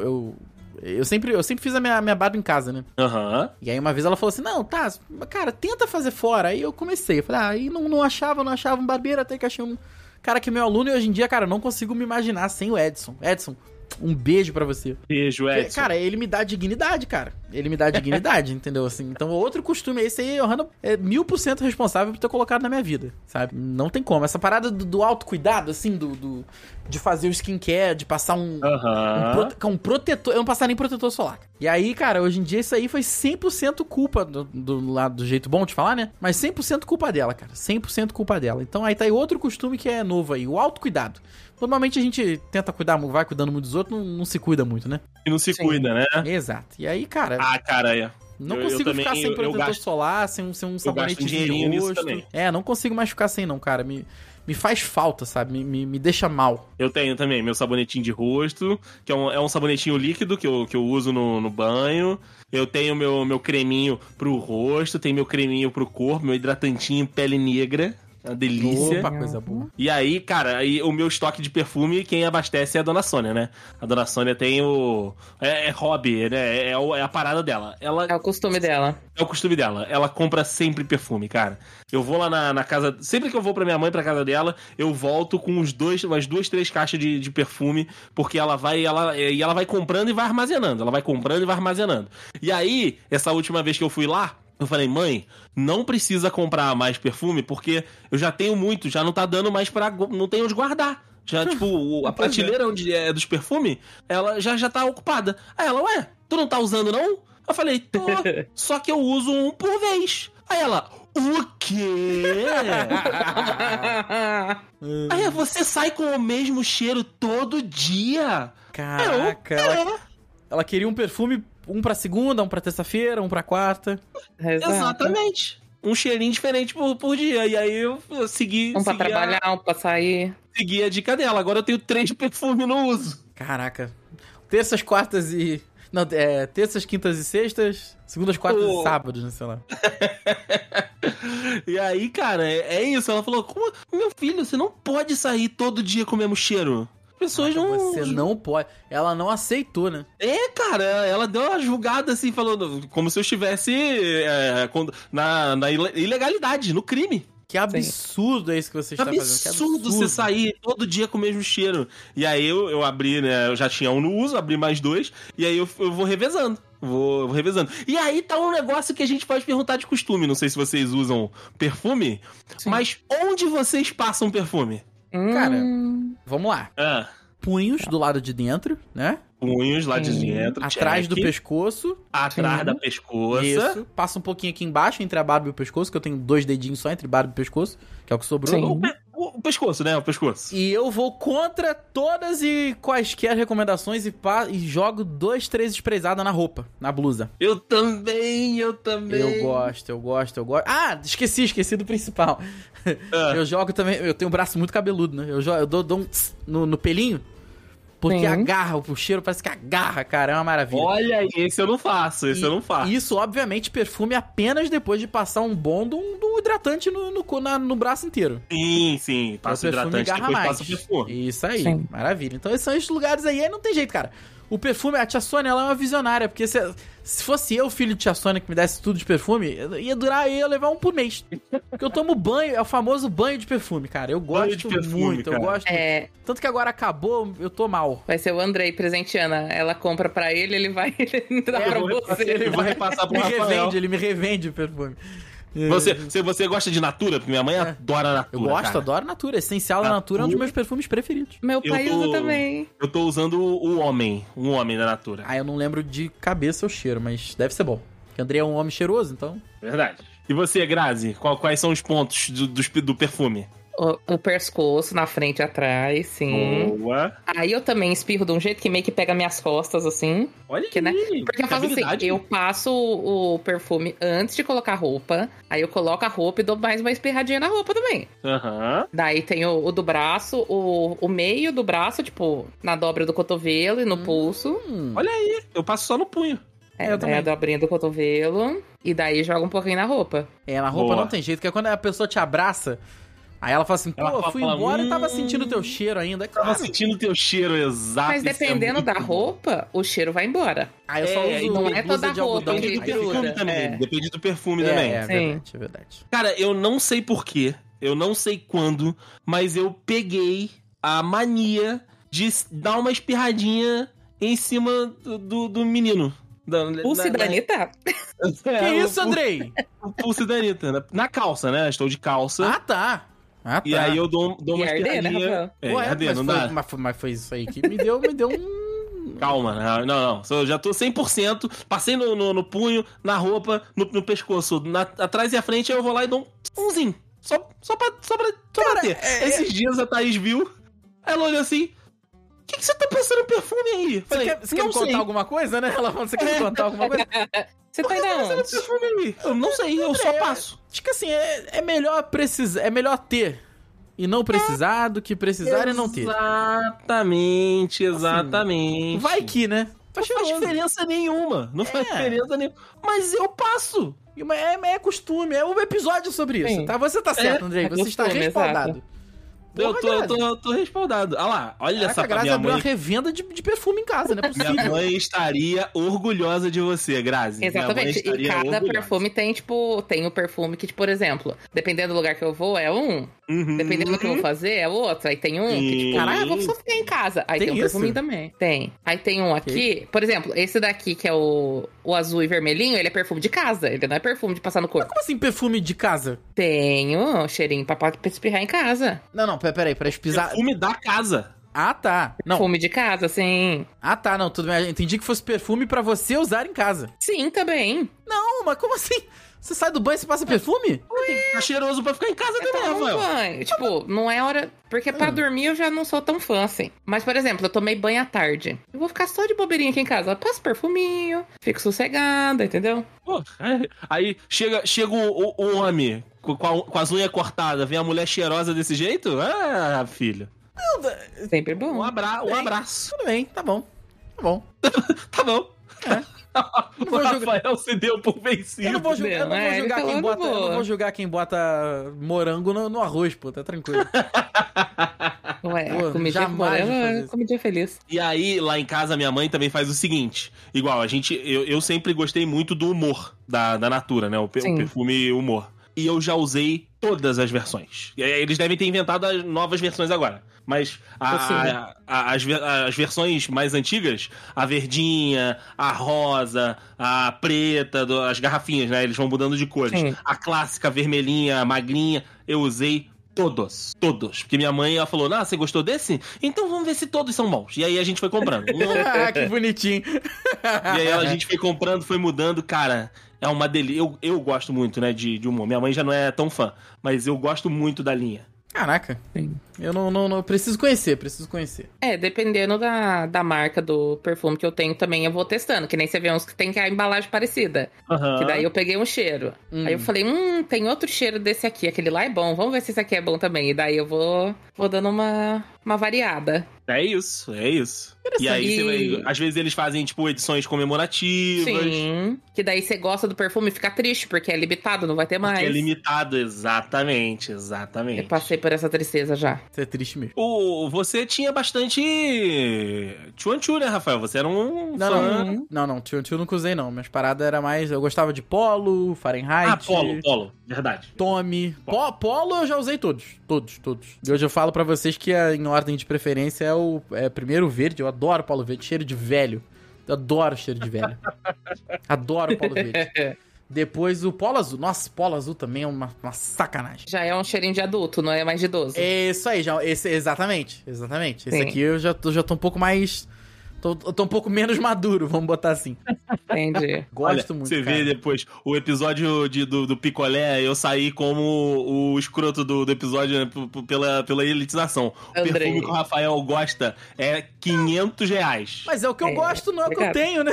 Speaker 1: eu, eu sempre eu sempre fiz a minha minha barba em casa, né?
Speaker 2: Aham.
Speaker 1: E aí uma vez ela falou assim: "Não, tá, cara, tenta fazer fora". Aí eu comecei, eu falei: "Ah, aí não, não achava, não achava um barbeiro até que achei um cara que é meu aluno e hoje em dia, cara, eu não consigo me imaginar sem o Edson. Edson, Um beijo pra você.
Speaker 2: Beijo,
Speaker 1: Porque,
Speaker 2: Edson.
Speaker 1: Cara, ele me dá dignidade, cara. Ele me dá dignidade, entendeu? Assim, então, outro costume, esse aí, o Hanna é mil por cento responsável por ter colocado na minha vida, sabe? Não tem como. Essa parada do, do autocuidado, assim, do, do- de fazer o skincare, de passar um, um,
Speaker 2: Aham.
Speaker 1: prote- cara, um protetor. Eu não passava nem protetor solar. E aí, cara, hoje em dia isso aí foi 100% culpa do, do lado do jeito bom de falar, né? Mas 100% culpa dela, cara. 100% culpa dela. Então aí tá aí outro costume que é novo aí, o autocuidado. Normalmente a gente tenta cuidar, mu- vai cuidando muito dos outros, não, não se cuida muito, né?
Speaker 2: E não se
Speaker 3: Sim.
Speaker 2: cuida, né?
Speaker 1: Exato. E aí, cara,
Speaker 2: Ah, cara, é.
Speaker 1: não
Speaker 2: eu- eu
Speaker 1: consigo
Speaker 2: também-
Speaker 1: ficar sem
Speaker 2: eu- eu
Speaker 1: protetor
Speaker 2: gasto-
Speaker 1: solar, sem, um- sem um sabonete
Speaker 2: um dinheirinho
Speaker 1: de
Speaker 2: nisso
Speaker 1: rosto.
Speaker 2: também.
Speaker 1: É, não consigo mais ficar sem não, cara. Me, me faz falta, sabe? Me, me, me deixa mal.
Speaker 2: Eu tenho também meu sabonetinho de rosto, que é um, é um sabonetinho líquido que eu, que eu uso no, no banho. Eu tenho meu, meu creminho pro rosto, tenho meu creminho pro corpo, meu hidratantinho pele negra. É Uma delícia.
Speaker 1: Opa, coisa boa.
Speaker 2: E aí, cara, aí o meu estoque de perfume, quem abastece é a Dona Sônia, né? A Dona Sônia tem o. É, é hobby, né? É, o- é a parada dela. Ela
Speaker 3: É o costume dela.
Speaker 2: é o costume dela. Ela compra sempre perfume, cara. Eu vou lá na, na casa. Sempre que eu vou pra minha mãe, pra casa dela, eu volto com uns dois, umas duas, três caixas de, de perfume, porque ela vai, ela, e ela vai comprando e vai armazenando. Ela vai comprando e vai armazenando. E aí, essa última vez que eu fui lá, eu falei, mãe, não precisa comprar mais perfume, porque eu já tenho muito, já não tá dando mais pra. gu- Não tem onde guardar. Já,
Speaker 3: Hum.
Speaker 2: tipo, o- a
Speaker 1: Pois é.
Speaker 2: prateleira onde é dos perfumes, ela já, já tá ocupada. Aí ela, ué, tu não tá usando, não? Eu falei, tô, só que eu uso um por vez. Aí ela, o quê? Aí você sai com o mesmo cheiro todo dia?
Speaker 1: Caraca, ela
Speaker 2: É,
Speaker 1: Ela queria um perfume, um pra segunda, um pra terça-feira, um pra quarta.
Speaker 3: Exato.
Speaker 2: exatamente. Um cheirinho diferente por, por dia. E aí eu, eu segui,
Speaker 3: Um pra
Speaker 2: segui, a,
Speaker 3: trabalhar, um pra sair.
Speaker 2: segui a dica dela. Agora eu tenho três perfumes no uso.
Speaker 1: Caraca. Terças, quartas e. Não, é. Terças, quintas e sextas. Segundas, quartas
Speaker 2: Pô.
Speaker 1: e sábados, né? Sei lá.
Speaker 2: E aí, cara, é, é isso. Ela falou, "Como- meu filho, você não pode sair todo dia com o mesmo cheiro. As Pessoas não...
Speaker 1: Você não pode. Ela não aceitou, né?
Speaker 2: É, cara, ela deu uma julgada assim, falando como se eu estivesse é, quando- na, na ile- ilegalidade, no crime.
Speaker 1: Que absurdo é isso que você
Speaker 2: Que
Speaker 1: está fazendo. Que
Speaker 2: absurdo você sair todo dia com o mesmo cheiro. E aí eu, eu abri, né? Eu já tinha um no uso, abri mais dois, e aí eu, eu vou revezando. Vou, vou revezando. E aí tá um negócio que a gente pode perguntar de costume. Não sei se vocês usam perfume,
Speaker 3: Sim.
Speaker 2: mas onde vocês passam perfume?
Speaker 1: Cara,
Speaker 3: Hum,
Speaker 1: Vamos lá.
Speaker 2: Ah,
Speaker 1: Punhos do lado de dentro, né?
Speaker 2: punhos lá de
Speaker 3: Hum.
Speaker 2: dentro,
Speaker 1: Atrás do
Speaker 2: check,
Speaker 1: pescoço.
Speaker 2: atrás
Speaker 3: Sim.
Speaker 2: da pescoça.
Speaker 1: Isso. Passa um pouquinho aqui embaixo, entre a barba e o pescoço, que eu tenho dois dedinhos só entre barba e pescoço, que é o que sobrou.
Speaker 3: Sim.
Speaker 2: O, pe- o pescoço, né? O pescoço.
Speaker 1: E eu vou contra todas e quaisquer recomendações e, pa- e jogo dois, três esprezadas na roupa, na blusa.
Speaker 2: Eu também, eu também.
Speaker 1: Eu gosto, eu gosto, eu gosto. Ah, esqueci, esqueci do principal.
Speaker 2: Ah.
Speaker 1: Eu jogo também, eu tenho um braço muito cabeludo, né? Eu, jo- eu dou, dou um tss no, no pelinho, porque
Speaker 3: Sim.
Speaker 1: agarra, o cheiro parece que agarra, cara, é uma maravilha.
Speaker 2: Olha aí, esse eu não faço, esse
Speaker 1: E-
Speaker 2: eu não faço.
Speaker 1: Isso, obviamente, perfume apenas depois de passar um bom de um, de um hidratante no, no, co- na- no braço inteiro. Então,
Speaker 2: Sim, sim. Passa o hidratante,
Speaker 1: agarra
Speaker 2: depois passa o perfume.
Speaker 1: Isso aí,
Speaker 3: Sim.
Speaker 1: maravilha. Então esses são esses lugares aí, aí não tem jeito, cara. O perfume, a tia Sônia, ela é uma visionária, porque se, se fosse eu, filho de tia Sônia, que me desse tudo de perfume, eu ia durar, eu ia levar um por mês. Porque eu tomo banho, é o famoso banho de perfume, cara. Eu
Speaker 2: Banho de
Speaker 1: gosto
Speaker 2: perfume,
Speaker 1: muito, eu
Speaker 2: cara.
Speaker 1: gosto.
Speaker 3: é,
Speaker 1: Tanto que agora acabou, eu tô mal.
Speaker 3: vai ser o Andrei presenteana. Ela compra pra ele, ele vai ele dá
Speaker 1: É,
Speaker 3: pra
Speaker 2: eu vou repassar-
Speaker 3: você.
Speaker 2: eu vou repassar pro
Speaker 1: Me
Speaker 2: Rafael.
Speaker 1: revende, ele me revende o perfume.
Speaker 2: Você, se você gosta de Natura, porque minha
Speaker 3: É.
Speaker 2: mãe adora
Speaker 1: Eu
Speaker 2: Natura.
Speaker 1: gosto,
Speaker 2: cara.
Speaker 1: adoro Natura. Essencial da Natura é um dos
Speaker 2: Natura.
Speaker 1: meus perfumes preferidos.
Speaker 3: Meu
Speaker 2: Eu
Speaker 3: pai
Speaker 2: tô-
Speaker 3: usa também.
Speaker 2: Eu tô usando o o homem, o homem da Natura.
Speaker 1: Ah, eu não lembro de cabeça o cheiro, mas deve ser bom. Porque André é um homem cheiroso, então.
Speaker 2: Verdade. E você, Grazi, qual- quais são os pontos do, dos- do perfume?
Speaker 3: O, o pescoço na frente e atrás,
Speaker 2: Uhum.
Speaker 3: sim.
Speaker 2: Boa.
Speaker 3: Aí eu também espirro de um jeito que meio que pega minhas costas, assim.
Speaker 2: Olha
Speaker 3: Que, né?
Speaker 2: aí,
Speaker 3: Porque eu faço assim,
Speaker 2: habilidade.
Speaker 3: eu passo o o perfume antes de colocar a roupa, aí eu coloco a roupa e dou mais uma espirradinha na roupa também.
Speaker 2: Aham.
Speaker 3: Daí tem o, o do braço, o, o meio do braço, tipo, na dobra do cotovelo e no pulso.
Speaker 1: Hum,
Speaker 2: Olha aí, eu passo só no punho.
Speaker 3: É,
Speaker 1: eu
Speaker 3: daí
Speaker 1: também.
Speaker 3: a dobrinha do cotovelo. E daí joga um pouquinho na roupa.
Speaker 1: É, na roupa
Speaker 2: Boa.
Speaker 1: não tem jeito, porque quando a pessoa te abraça, aí ela fala assim, pô,
Speaker 2: Ela fala,
Speaker 1: fui embora e tava
Speaker 2: "Hum,
Speaker 1: sentindo o teu cheiro ainda. É
Speaker 2: Tava
Speaker 1: claro.
Speaker 2: sentindo o teu cheiro exato.
Speaker 3: Ah. Mas
Speaker 2: isso é
Speaker 3: dependendo
Speaker 2: muito
Speaker 3: da
Speaker 2: bom.
Speaker 3: roupa, o cheiro vai embora.
Speaker 1: Aí eu só
Speaker 2: É,
Speaker 1: uso
Speaker 2: não
Speaker 3: é
Speaker 1: blusa
Speaker 3: toda
Speaker 1: de
Speaker 3: roupa,
Speaker 1: algodão.
Speaker 3: tem
Speaker 2: Depende do
Speaker 3: Aí
Speaker 2: perfume
Speaker 3: gruda,
Speaker 2: também.
Speaker 3: é.
Speaker 2: Depende do perfume
Speaker 1: É,
Speaker 2: também.
Speaker 1: é
Speaker 3: né? Sim.
Speaker 1: verdade, é verdade.
Speaker 2: Cara, eu não sei porquê, eu não sei quando, mas eu peguei a mania de s- dar uma espirradinha em cima do, do, do menino. Da, É,
Speaker 3: Pulse da Anitta?
Speaker 1: Que isso, Andrei?
Speaker 2: O pulse da Anitta. Na, na calça, né? Estou de calça.
Speaker 1: Ah, tá. Ah, tá.
Speaker 2: e aí eu dou, um, dou uma
Speaker 3: E arder, né,
Speaker 2: espirradinha.
Speaker 3: Rafael?
Speaker 2: É,
Speaker 1: Ué,
Speaker 2: arder,
Speaker 1: mas,
Speaker 2: não
Speaker 1: foi,
Speaker 2: dá.
Speaker 1: mas, foi- mas foi isso aí que me deu, me deu um...
Speaker 2: Calma, não, não, não. Só- Eu já tô 100%. Passei no, no, no punho, na roupa, no, no pescoço, na- atrás e à frente, aí eu vou lá e dou um umzinho. Só, só, pra, só, pra, só pra ter.
Speaker 1: é,
Speaker 2: Esses dias a Thaís viu, ela olhou assim: O que, que você tá passando perfume aí?
Speaker 1: Você quer, você quer me contar alguma coisa, né? Ela falando, você
Speaker 2: É.
Speaker 1: quer me contar alguma coisa?
Speaker 3: Você
Speaker 2: Por
Speaker 3: tá
Speaker 2: que você
Speaker 3: indo
Speaker 2: tá passando
Speaker 3: aonde?
Speaker 2: perfume aí? Eu não sei, eu só passo.
Speaker 1: Acho que assim, é, é melhor precisar, é melhor ter e não precisar do que precisar e não ter.
Speaker 2: Exatamente, exatamente.
Speaker 1: Vai que, né? Tá
Speaker 2: Não faz
Speaker 1: chegando.
Speaker 2: diferença né? nenhuma. Não faz
Speaker 1: É.
Speaker 2: diferença nenhuma. Mas eu passo.
Speaker 1: E uma- É, é costume, é um episódio sobre isso,
Speaker 3: Sim.
Speaker 1: tá? Você tá certo, Andrei,
Speaker 3: é
Speaker 1: você está
Speaker 3: costume,
Speaker 1: respaldado.
Speaker 2: Eu
Speaker 1: Porra,
Speaker 2: tô, eu
Speaker 1: Grazi.
Speaker 2: tô, eu tô respaldado. Olha lá, olha
Speaker 1: Caraca,
Speaker 2: essa
Speaker 1: a Grazi
Speaker 2: minha
Speaker 1: abriu
Speaker 2: mãe.
Speaker 1: uma revenda de, de perfume em casa, não é
Speaker 2: Minha
Speaker 1: possível.
Speaker 2: mãe estaria orgulhosa de você, Grazi. Minha mãe
Speaker 3: Exatamente. E
Speaker 2: estaria
Speaker 3: cada
Speaker 2: orgulhosa.
Speaker 3: perfume tem, tipo, tem o perfume que, por exemplo, dependendo do lugar que eu vou, é um.
Speaker 2: Uhum.
Speaker 3: Dependendo do que eu vou fazer, é outro. Aí tem um que, tipo,
Speaker 2: Sim.
Speaker 3: caralho, eu vou só ficar em casa. Aí
Speaker 1: Tem
Speaker 3: tem, um
Speaker 1: isso?
Speaker 3: perfuminho também. Tem. Aí tem um aqui, por exemplo, esse daqui que é o, o azul e vermelhinho, ele é perfume de casa. Ele não é perfume de passar no corpo.
Speaker 1: Como assim, perfume de casa?
Speaker 3: Tenho um cheirinho pra, pra espirrar em casa.
Speaker 1: Não, não, pera- peraí, pra espizar.
Speaker 2: Perfume da casa.
Speaker 1: Ah, tá. Não.
Speaker 3: Perfume de casa, assim.
Speaker 1: Ah, tá, não, tudo bem. Eu Entendi que fosse perfume pra você usar em casa.
Speaker 3: Sim, também.
Speaker 1: Não, mas como assim? Você sai do banho e você passa perfume?
Speaker 2: Tá cheiroso pra ficar em casa
Speaker 3: Eu
Speaker 2: também,
Speaker 3: tomo
Speaker 2: Rafael.
Speaker 3: um banho. Tipo, não é hora. Porque pra
Speaker 1: Ah.
Speaker 3: dormir eu já não sou tão fã assim. Mas, por exemplo, eu tomei banho à tarde. Eu vou ficar só de bobeirinha aqui em casa. Eu passo perfuminho, fico sossegada, entendeu?
Speaker 2: Pô, aí- aí chega, chega o, o- o homem com, com a- com as unhas cortadas, vem a mulher cheirosa desse jeito? Ah, filho.
Speaker 3: Sempre
Speaker 2: Um,
Speaker 3: bom.
Speaker 2: abra um abraço.
Speaker 1: Tudo bem, tá bom. Tá bom.
Speaker 2: Tá bom.
Speaker 3: É.
Speaker 1: Não
Speaker 2: o
Speaker 1: vou jogar-
Speaker 2: Rafael se deu por vencido.
Speaker 1: Eu não vou julgar, eu não
Speaker 3: entendeu?
Speaker 1: vou
Speaker 3: É,
Speaker 1: julgar
Speaker 3: ele
Speaker 1: quem
Speaker 3: falou
Speaker 1: bota,
Speaker 3: de
Speaker 1: eu não
Speaker 3: boa.
Speaker 1: vou julgar quem bota morango no, no arroz, pô, tá tranquilo.
Speaker 3: Ué,
Speaker 1: Pô,
Speaker 3: a comidinha com
Speaker 1: jamais vou fazer
Speaker 3: morela é
Speaker 1: isso.
Speaker 3: comidinha feliz.
Speaker 2: E aí, lá em casa, minha mãe também faz o seguinte: igual, a gente. Eu, eu sempre gostei muito do humor da, da Natura, né? O, pe- o
Speaker 3: Sim.
Speaker 2: perfume humor. E eu já usei todas as versões. E aí, Eles devem ter inventado as novas versões agora. Mas a-
Speaker 3: Possível.
Speaker 2: a- a- as, ver- as versões mais antigas, a verdinha, a rosa, a preta, do- as garrafinhas, né? Eles vão mudando de cores.
Speaker 3: Sim.
Speaker 2: A clássica, a vermelhinha, a magrinha, eu usei todos, todos. Porque minha mãe, ela falou, ah, você gostou desse? Então vamos ver se todos são bons. E aí a gente foi comprando. Um,
Speaker 1: ah, que bonitinho.
Speaker 2: e aí a gente foi comprando, foi mudando, cara. É uma delícia. Eu, eu gosto muito, né, de, de humor. Minha mãe já não é tão fã, mas eu gosto muito da linha.
Speaker 1: Caraca.
Speaker 3: Sim.
Speaker 1: Eu não, não, não- preciso conhecer, preciso conhecer.
Speaker 3: É, dependendo da, da marca do perfume que eu tenho também, eu vou testando. Que nem você vê uns que tem que é a embalagem parecida. Que daí eu peguei um cheiro.
Speaker 1: Hum.
Speaker 3: Aí eu falei, hum, tem outro cheiro desse aqui. Aquele lá é bom. Vamos ver se esse aqui é bom também. E daí eu vou, vou dando uma, uma variada.
Speaker 2: É isso, é isso. E aí, você
Speaker 3: E-
Speaker 2: vai- às vezes eles fazem, tipo, edições comemorativas. é
Speaker 3: Sim. Que daí você gosta do perfume e fica triste, porque é limitado, não vai ter mais.
Speaker 2: Que é limitado, exatamente,
Speaker 3: Eu
Speaker 2: exatamente.
Speaker 3: passei por essa tristeza já.
Speaker 1: Isso é triste mesmo.
Speaker 2: O, você tinha bastante. Chuanchu, né, Rafael? Você era um.
Speaker 1: Não,
Speaker 2: fã-
Speaker 1: não, não, não, não, tio, tio nunca usei não. Minhas paradas era mais. Eu gostava de polo, Fahrenheit.
Speaker 2: Ah, Polo, Polo, verdade.
Speaker 1: Tommy. Po- Polo eu já usei todos. Todos, todos. E hoje eu falo pra vocês que a- em ordem de preferência é o é, primeiro o verde. Eu adoro Polo Verde. Cheiro de velho. Eu adoro cheiro de velho. adoro Polo Verde. Depois o Polo Azul. Nossa, Polo Azul também é uma, uma sacanagem.
Speaker 3: Já é um cheirinho de adulto, não é mais de idoso.
Speaker 1: É isso aí, já. Esse, exatamente. Exatamente. Esse
Speaker 3: Sim.
Speaker 1: aqui eu já tô, já tô um pouco mais. Tô, tô um pouco menos maduro, vamos botar assim.
Speaker 3: Entende?
Speaker 1: Gosto
Speaker 2: Olha,
Speaker 1: muito.
Speaker 2: Você
Speaker 1: cara.
Speaker 2: vê depois o episódio de- do, do picolé, eu saí como o escroto do, do episódio né, p- p- pela, pela elitização. O
Speaker 3: Andrei.
Speaker 2: perfume que o Rafael gosta é 500 reais.
Speaker 1: Mas é o que eu
Speaker 3: É,
Speaker 1: gosto, não é o que eu
Speaker 3: obrigado.
Speaker 1: tenho, né?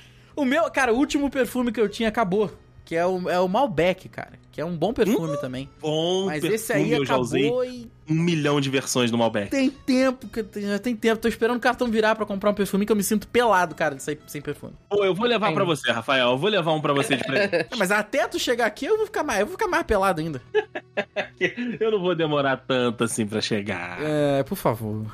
Speaker 1: O meu, cara, o último perfume que eu tinha acabou. Que é o, é o Malbec, cara. Que é um bom perfume também. Mas
Speaker 2: Bom Hum, um perfume,
Speaker 1: esse aí
Speaker 2: eu já usei
Speaker 1: acabou e
Speaker 2: um milhão de versões do Malbec.
Speaker 1: tem tempo. Que, tem- já tem tempo. Tô esperando o cartão virar pra comprar um perfume que eu me sinto pelado, cara, de sair sem perfume.
Speaker 2: Pô, eu vou levar
Speaker 3: Tem.
Speaker 2: pra você, Rafael. Eu vou levar um pra você de presente.
Speaker 1: É, Mas até tu chegar aqui, eu vou ficar mais, eu vou ficar mais pelado ainda.
Speaker 2: eu não vou demorar tanto assim pra chegar.
Speaker 1: É, por favor.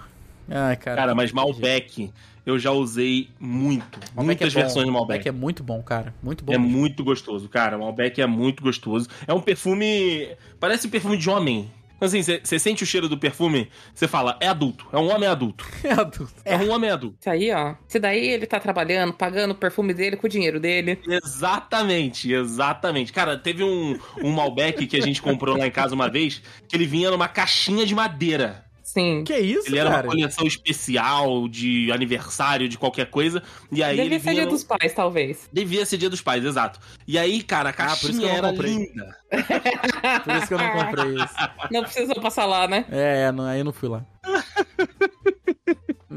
Speaker 1: Ai, cara.
Speaker 2: Cara, mas Malbec eu já usei muito. muitas
Speaker 1: é bom.
Speaker 2: versões de Malbec.
Speaker 1: é muito bom, cara. Muito bom.
Speaker 2: É muito gostoso, cara. O Malbec é muito gostoso. É um perfume. Parece um perfume de homem. Assim, você sente o cheiro do perfume, você fala, é adulto, é um homem adulto.
Speaker 1: É adulto.
Speaker 2: É, um homem adulto.
Speaker 3: Isso aí, ó. Se daí ele tá trabalhando, pagando o perfume dele com o dinheiro dele.
Speaker 2: Exatamente, exatamente. Cara, teve um, um Malbec que a gente comprou lá em casa uma vez, que ele vinha numa caixinha de madeira.
Speaker 3: Sim.
Speaker 1: Que isso,
Speaker 2: Ele era
Speaker 1: cara?
Speaker 2: uma coleção especial de aniversário, de qualquer coisa. E aí
Speaker 3: Deve
Speaker 2: ele
Speaker 3: ser
Speaker 2: vinha
Speaker 3: dia
Speaker 2: num-
Speaker 3: dos pais, talvez.
Speaker 2: Devia ser dia dos pais, exato. E aí, cara, a
Speaker 1: Ah, por isso que
Speaker 2: caixinha
Speaker 1: eu não
Speaker 2: era
Speaker 1: comprei.
Speaker 2: linda.
Speaker 1: Por isso que eu não comprei isso.
Speaker 3: Não precisou passar lá, né?
Speaker 1: É, é, não, aí eu não fui lá.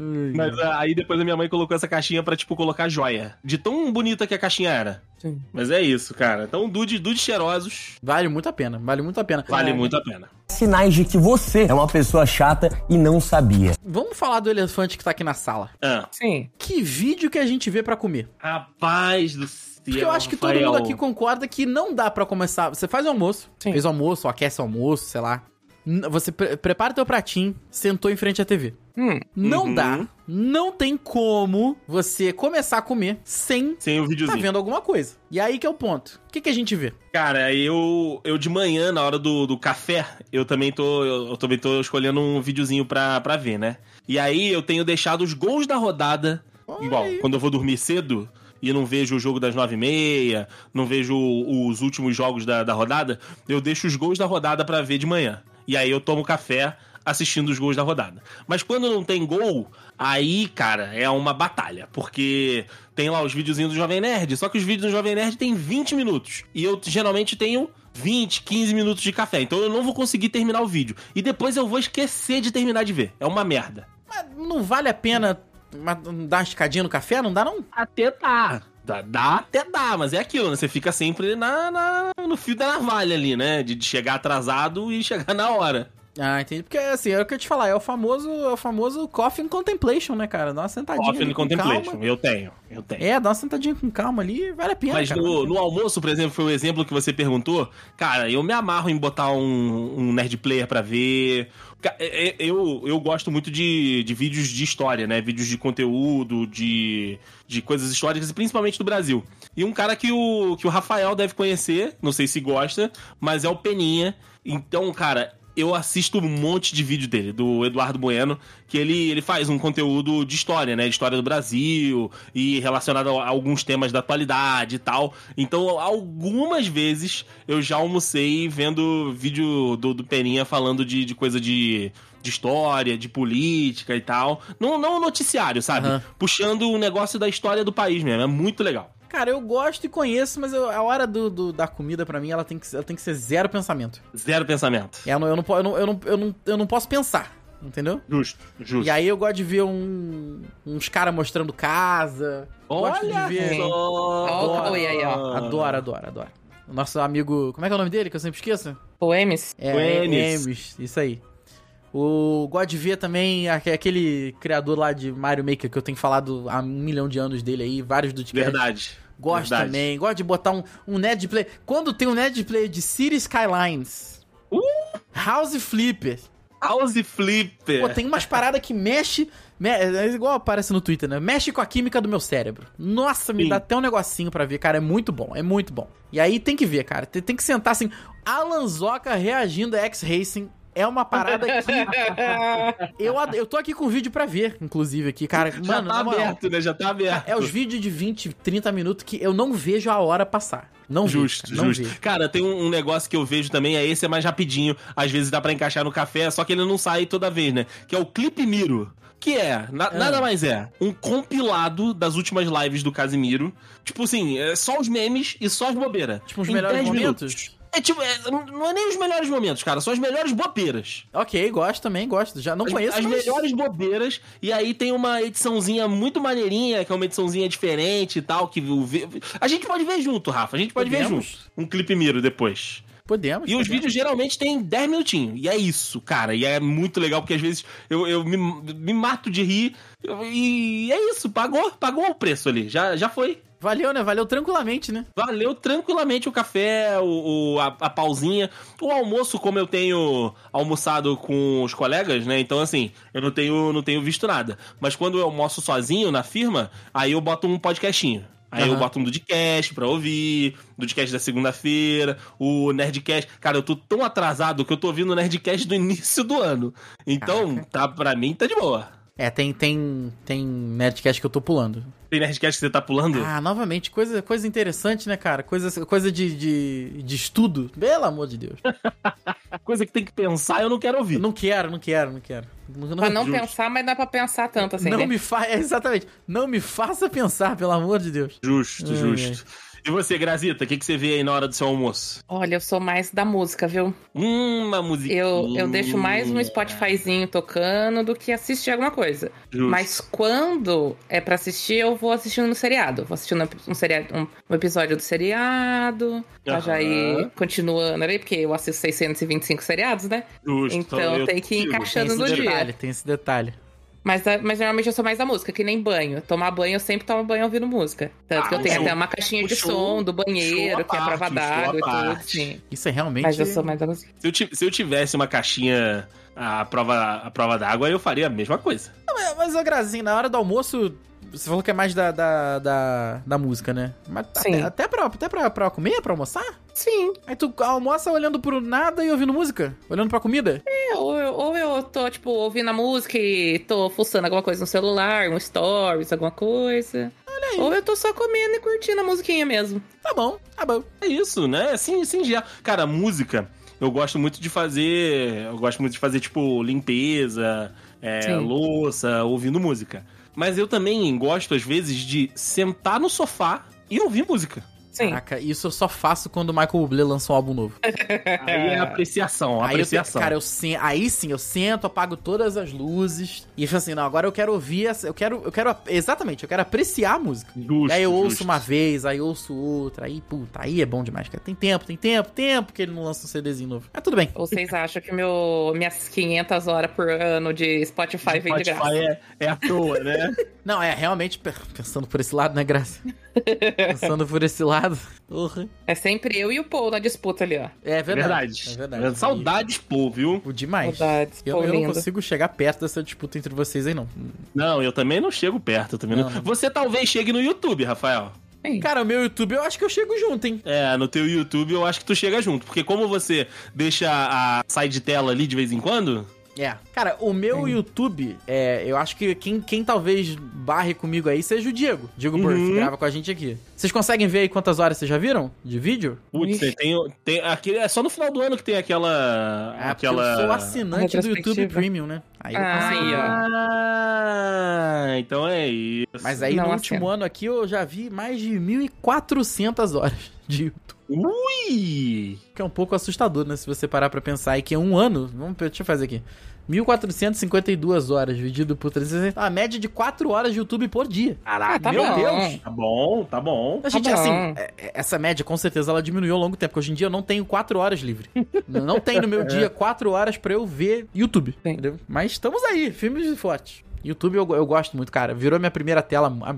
Speaker 1: Ai,
Speaker 2: Mas ah, aí depois a minha mãe colocou essa caixinha pra, tipo, colocar joia. De tão bonita que a caixinha era.
Speaker 3: Sim.
Speaker 2: Mas é isso, cara. Então, dudes, dudes cheirosos,
Speaker 1: Vale muito a pena, vale muito a pena. É,
Speaker 2: vale muito a pena.
Speaker 4: Sinais de que você é uma pessoa chata e não sabia.
Speaker 1: Vamos falar do elefante que tá aqui na sala.
Speaker 2: Ah,
Speaker 3: Sim.
Speaker 1: Que vídeo que a gente vê pra comer?
Speaker 2: rapaz do céu,
Speaker 1: Porque eu acho que todo
Speaker 2: é Rafael.
Speaker 1: mundo aqui concorda que não dá pra começar. Você faz almoço,
Speaker 3: Sim.
Speaker 1: fez almoço, aquece almoço, sei lá. N- Você pre- prepara teu pratinho, sentou em frente à TV.
Speaker 3: Hum.
Speaker 1: Não
Speaker 2: Uhum.
Speaker 1: dá, não tem como você começar a comer sem
Speaker 2: Sem o
Speaker 1: tá
Speaker 2: videozinho.
Speaker 1: vendo alguma coisa. E aí que é o ponto. O que, que a gente vê?
Speaker 2: Cara, eu, eu de manhã, na hora do, do café, eu também tô. Eu, eu também tô escolhendo um videozinho pra, pra ver, né? E aí eu tenho deixado os gols da rodada. Igual, quando eu vou dormir cedo e não vejo o jogo das nove e meia, não vejo o- os últimos jogos da, da rodada, eu deixo os gols da rodada pra ver de manhã. E aí eu tomo café assistindo os gols da rodada. Mas quando não tem gol, aí, cara, é uma batalha. Porque tem lá os videozinhos do Jovem Nerd, só que os vídeos do Jovem Nerd tem 20 minutos. E eu geralmente tenho 20, 15 minutos de café. Então eu não vou conseguir terminar o vídeo. E depois eu vou esquecer de terminar de ver. É uma merda.
Speaker 1: Mas não vale a pena ma- dar uma esticadinha no café? Não dá, não?
Speaker 2: Até dá. Dá, dá até dá, mas é aquilo, né? Você fica sempre na, na- no fio da navalha ali, né? De, de chegar atrasado e chegar na hora.
Speaker 1: Ah, entendi. Porque assim, é o que eu ia te falar, é o famoso, é o famoso coffin contemplation, né, cara? Dá uma sentadinha. ali
Speaker 2: Coffee
Speaker 1: com
Speaker 2: Contemplation.
Speaker 1: calma.
Speaker 2: Eu tenho, eu tenho.
Speaker 1: É, dá uma sentadinha com calma ali, vale a pena.
Speaker 2: Mas
Speaker 1: cara.
Speaker 2: no, no almoço, por exemplo, foi o exemplo que você perguntou. Cara, eu me amarro em botar um, um nerd player pra ver. Ca- é- é- Eu, eu gosto muito de, de vídeos de história, né? Vídeos de conteúdo, de, de coisas históricas, e principalmente do Brasil. E um cara que o, que o Rafael deve conhecer, não sei se gosta, mas é o Peninha. Então, cara, eu assisto um monte de vídeo dele, do Eduardo Bueno, que ele, ele faz um conteúdo de história, né? De história do Brasil e relacionado a alguns temas da atualidade e tal. Então, algumas vezes eu já almocei vendo vídeo do, do Peninha falando de, de coisa de, de história, de política e tal. Não, não noticiário, sabe?
Speaker 1: Aham.
Speaker 2: Puxando o negócio da história do país mesmo. É muito legal.
Speaker 1: Cara, eu gosto e conheço, mas eu- a hora do, do- da comida, pra mim, ela tem, que, ser- ela tem que ser zero pensamento.
Speaker 2: Zero pensamento.
Speaker 1: É, Eu não, eu, não, po- eu, não, eu, não, eu, não, eu não posso pensar, entendeu?
Speaker 2: Justo, justo.
Speaker 1: E aí eu gosto de ver um, uns caras mostrando casa. gosto de ver.
Speaker 3: só. Ó, o
Speaker 2: Adoro.
Speaker 3: Cauê aí, ó.
Speaker 1: Adoro, adoro, adoro. O Nosso amigo. Como é que é o nome dele? Que eu sempre esqueço?
Speaker 3: O Emes?
Speaker 1: É,
Speaker 2: O
Speaker 1: é-
Speaker 2: Enes.
Speaker 1: Enes, isso aí. O God V é também, aque- aquele criador lá de Mario Maker que eu tenho falado há um milhão de anos dele aí, vários do
Speaker 2: Verdade.
Speaker 1: Gosto
Speaker 2: verdade.
Speaker 1: também, gosto de botar um, um Ned Play. Quando tem um Ned Play de City Skylines.
Speaker 2: Uh!
Speaker 1: House Flipper.
Speaker 2: House Flipper.
Speaker 1: Pô, tem umas paradas que mexe. me- é igual aparece no Twitter, né? Mexe com a química do meu cérebro. Nossa, me
Speaker 2: Sim.
Speaker 1: dá até um negocinho pra ver, cara. É muito bom, é muito bom. E aí tem que ver, cara. Tem, tem que sentar assim. Alan Zoca reagindo a X-Racing. É uma parada que. eu, ad- eu tô aqui com o vídeo pra ver, inclusive, aqui, cara.
Speaker 2: Já
Speaker 1: Mano,
Speaker 2: tá
Speaker 1: na moral,
Speaker 2: aberto, né? Já tá aberto.
Speaker 1: é os vídeos de 20, 30 minutos que eu não vejo a hora passar. Não
Speaker 2: Justo,
Speaker 1: vejo. cara, não
Speaker 2: justo.
Speaker 1: vejo.
Speaker 2: Cara, tem um, um negócio que eu vejo também, é esse é mais rapidinho. Às vezes dá pra encaixar no café, só que ele não sai toda vez, né? Que é o Clipe Miro. Que é, na-
Speaker 1: Ah.
Speaker 2: nada mais é, um compilado das últimas lives do Casimiro. Tipo assim, é só os memes e só as bobeiras.
Speaker 1: Tipo, os melhores momentos?
Speaker 2: É tipo, é, não é nem os melhores momentos, cara, são as melhores bobeiras.
Speaker 1: Ok, gosto também, gosto. Já não
Speaker 2: As-
Speaker 1: conheço
Speaker 2: as
Speaker 1: mas-
Speaker 2: melhores bobeiras. E aí tem uma ediçãozinha muito maneirinha, que é uma ediçãozinha diferente e tal. Que o vi- a gente pode ver junto, Rafa. A gente pode
Speaker 1: Podemos.
Speaker 2: ver junto. Um clipe miro depois.
Speaker 1: Podemos.
Speaker 2: E os
Speaker 1: podemos.
Speaker 2: vídeos geralmente têm 10 minutinhos. E é isso, cara. E é muito legal, porque às vezes eu, eu me, me mato de rir. E é isso, pagou, pagou o preço ali. Já, já foi.
Speaker 1: Valeu, né? Valeu tranquilamente, né?
Speaker 2: Valeu tranquilamente o café, o, o- a, a pausinha. O almoço, como eu tenho almoçado com os colegas, né? Então, assim, eu não tenho, não tenho visto nada. Mas quando eu almoço sozinho na firma, aí eu boto um podcastinho. Aí eu
Speaker 1: Aham.
Speaker 2: boto um Dudcast pra ouvir, Dudcast da segunda-feira, o Nerdcast. Cara, eu tô tão atrasado que eu tô ouvindo o Nerdcast do início do ano. Então, tá, pra mim, tá de boa.
Speaker 1: É, tem, tem, tem Nerdcast que eu tô pulando.
Speaker 2: Tem Nerdcast que você tá pulando?
Speaker 1: Ah, novamente, coisa, coisa interessante, né, cara? Coisa, coisa de, de, de estudo. Pelo amor de Deus.
Speaker 2: A coisa que tem que pensar, eu não quero ouvir.
Speaker 1: Eu não quero, não quero, não quero. Não,
Speaker 3: Pra não
Speaker 1: justo.
Speaker 3: pensar, mas dá pra pensar tanto assim,
Speaker 1: Não
Speaker 3: né?
Speaker 1: me faça. Exatamente. Não me faça pensar, pelo amor de Deus.
Speaker 2: Justo,
Speaker 1: Ai,
Speaker 2: justo. E você, Grazita, o que, que você vê aí na hora do seu almoço?
Speaker 3: Olha, eu sou mais da música, viu?
Speaker 2: Hum, Uma musiquinha.
Speaker 3: Eu, eu deixo mais um Spotifyzinho tocando do que assistir alguma coisa.
Speaker 2: Justo.
Speaker 3: Mas quando é pra assistir, eu vou assistindo no seriado. Vou assistindo um, seriado, um, um episódio do seriado. Pra já ir
Speaker 2: Aham.
Speaker 3: continuando ali, porque eu assisto 625 seriados, né?
Speaker 2: Justo.
Speaker 3: Então
Speaker 2: eu
Speaker 3: tem que
Speaker 2: consigo.
Speaker 3: ir
Speaker 1: Tem
Speaker 3: encaixando
Speaker 1: esse
Speaker 3: no dia.
Speaker 1: detalhe, tem esse detalhe.
Speaker 3: Mas, a- mas normalmente eu sou mais da música, que nem banho. Tomar banho, eu sempre tomo banho ouvindo música. Tanto que
Speaker 2: Ah,
Speaker 3: eu tenho
Speaker 2: show.
Speaker 3: até uma caixinha de
Speaker 2: Show.
Speaker 3: som do
Speaker 2: Show
Speaker 3: banheiro,
Speaker 2: à
Speaker 3: que é a prova
Speaker 2: parte, show à
Speaker 3: d'água e tudo,
Speaker 2: parte.
Speaker 3: sim.
Speaker 1: Isso é realmente.
Speaker 3: Mas eu sou mais da música.
Speaker 2: Se eu, ti- se eu tivesse uma caixinha à prova, à prova d'água, eu faria a mesma coisa.
Speaker 1: É, Mas, ô Grazinho, na hora do almoço, você falou que é mais da, da, da, da música, né? Mas
Speaker 3: Sim.
Speaker 1: até, até, pra, até pra, pra comer, pra almoçar?
Speaker 3: Sim.
Speaker 1: Aí tu almoça olhando pro nada e ouvindo música? Olhando pra comida?
Speaker 3: É, ou, eu, ou eu tô, tipo, ouvindo a música e tô fuçando alguma coisa no celular, um stories, alguma coisa.
Speaker 1: aí.
Speaker 3: Ou eu tô só comendo e curtindo a musiquinha mesmo.
Speaker 1: Tá bom, tá bom.
Speaker 2: É isso, né? Assim, assim já. Cara, música, eu gosto muito de fazer. Eu gosto muito de fazer, tipo, limpeza, é,
Speaker 3: Sim.
Speaker 2: louça, ouvindo música. Mas eu também gosto, às vezes, de sentar no sofá e ouvir música.
Speaker 3: Sim.
Speaker 1: Caraca, isso eu só faço quando o Michael Bublé lança um álbum novo.
Speaker 2: Aí é apreciação,
Speaker 1: aí eu, te-
Speaker 2: apreciação.
Speaker 1: cara, eu sen- aí sim, eu sento, apago todas as luzes e fico assim, não, agora eu quero ouvir, essa, eu quero, eu quero, exatamente, eu quero apreciar a música.
Speaker 2: Justo,
Speaker 1: E aí eu ouço
Speaker 2: justo.
Speaker 1: uma vez, aí eu ouço outra, aí puta, aí é bom demais, cara. Tem tempo, tem tempo, tempo que ele não lança um CDzinho novo. Mas tudo bem.
Speaker 3: Ou vocês acham que meu, minhas 500 horas por ano de Spotify vem de graça?
Speaker 1: assim.
Speaker 2: Spotify é, é à toa, né?
Speaker 1: Não, é realmente, pe- pensando por esse lado, né, Graça? pensando por esse lado. Porra.
Speaker 3: É sempre eu e o Paul na disputa ali, ó.
Speaker 1: É verdade.
Speaker 2: verdade.
Speaker 1: É verdade.
Speaker 2: Saudades, pô, viu?
Speaker 1: E- Demais.
Speaker 3: Saudades,
Speaker 1: Eu, eu não
Speaker 3: Paulinho.
Speaker 1: consigo chegar perto dessa disputa entre vocês aí, não.
Speaker 2: Não, eu também não chego perto. Eu também não-
Speaker 1: Não.
Speaker 2: Você talvez chegue no YouTube, Rafael.
Speaker 3: Sim.
Speaker 1: Cara, o meu YouTube, eu acho que eu chego junto, hein?
Speaker 2: É, no teu YouTube eu acho que tu chega junto. Porque como você deixa a side tela ali de vez em quando,
Speaker 1: É. Cara, o meu YouTube, é, eu acho que quem, quem talvez barre comigo aí seja o Diego. Diego
Speaker 2: Uhum.
Speaker 1: Burff, grava com a gente aqui. Vocês conseguem ver aí quantas horas vocês já viram de vídeo?
Speaker 2: putz,
Speaker 3: Ixi.
Speaker 2: tem, tem aquele, é só no final do ano que tem aquela.
Speaker 1: Ah, porque
Speaker 2: aquela.
Speaker 1: eu sou assinante do YouTube
Speaker 3: Retrospectiva.
Speaker 1: Premium, né? Aí eu
Speaker 3: Ah,
Speaker 1: consigo.
Speaker 3: aí, ó.
Speaker 2: Ah, então é isso.
Speaker 1: Mas aí
Speaker 3: Não
Speaker 1: no
Speaker 3: assino.
Speaker 1: último ano aqui eu já vi mais de 1.400 horas de YouTube.
Speaker 2: Ui!
Speaker 1: Que é um pouco assustador, né? Se você parar pra pensar aí que é um ano. Vamos, pe- deixa eu fazer aqui. 1.452 horas dividido por 360. A média de 4 horas de YouTube por dia.
Speaker 2: Caraca,
Speaker 3: Ah, tá
Speaker 2: meu
Speaker 3: bom.
Speaker 2: Deus! Tá bom, tá bom.
Speaker 1: A gente,
Speaker 3: bom.
Speaker 1: assim, é- é- essa média com certeza ela diminuiu ao longo do tempo, porque hoje em dia eu não tenho quatro horas livre. N- não tem no meu dia quatro horas pra eu ver YouTube.
Speaker 3: Sim.
Speaker 1: Entendeu? Mas estamos aí, filmes e fotos. YouTube eu, go- eu gosto muito, cara. Virou minha primeira tela. há-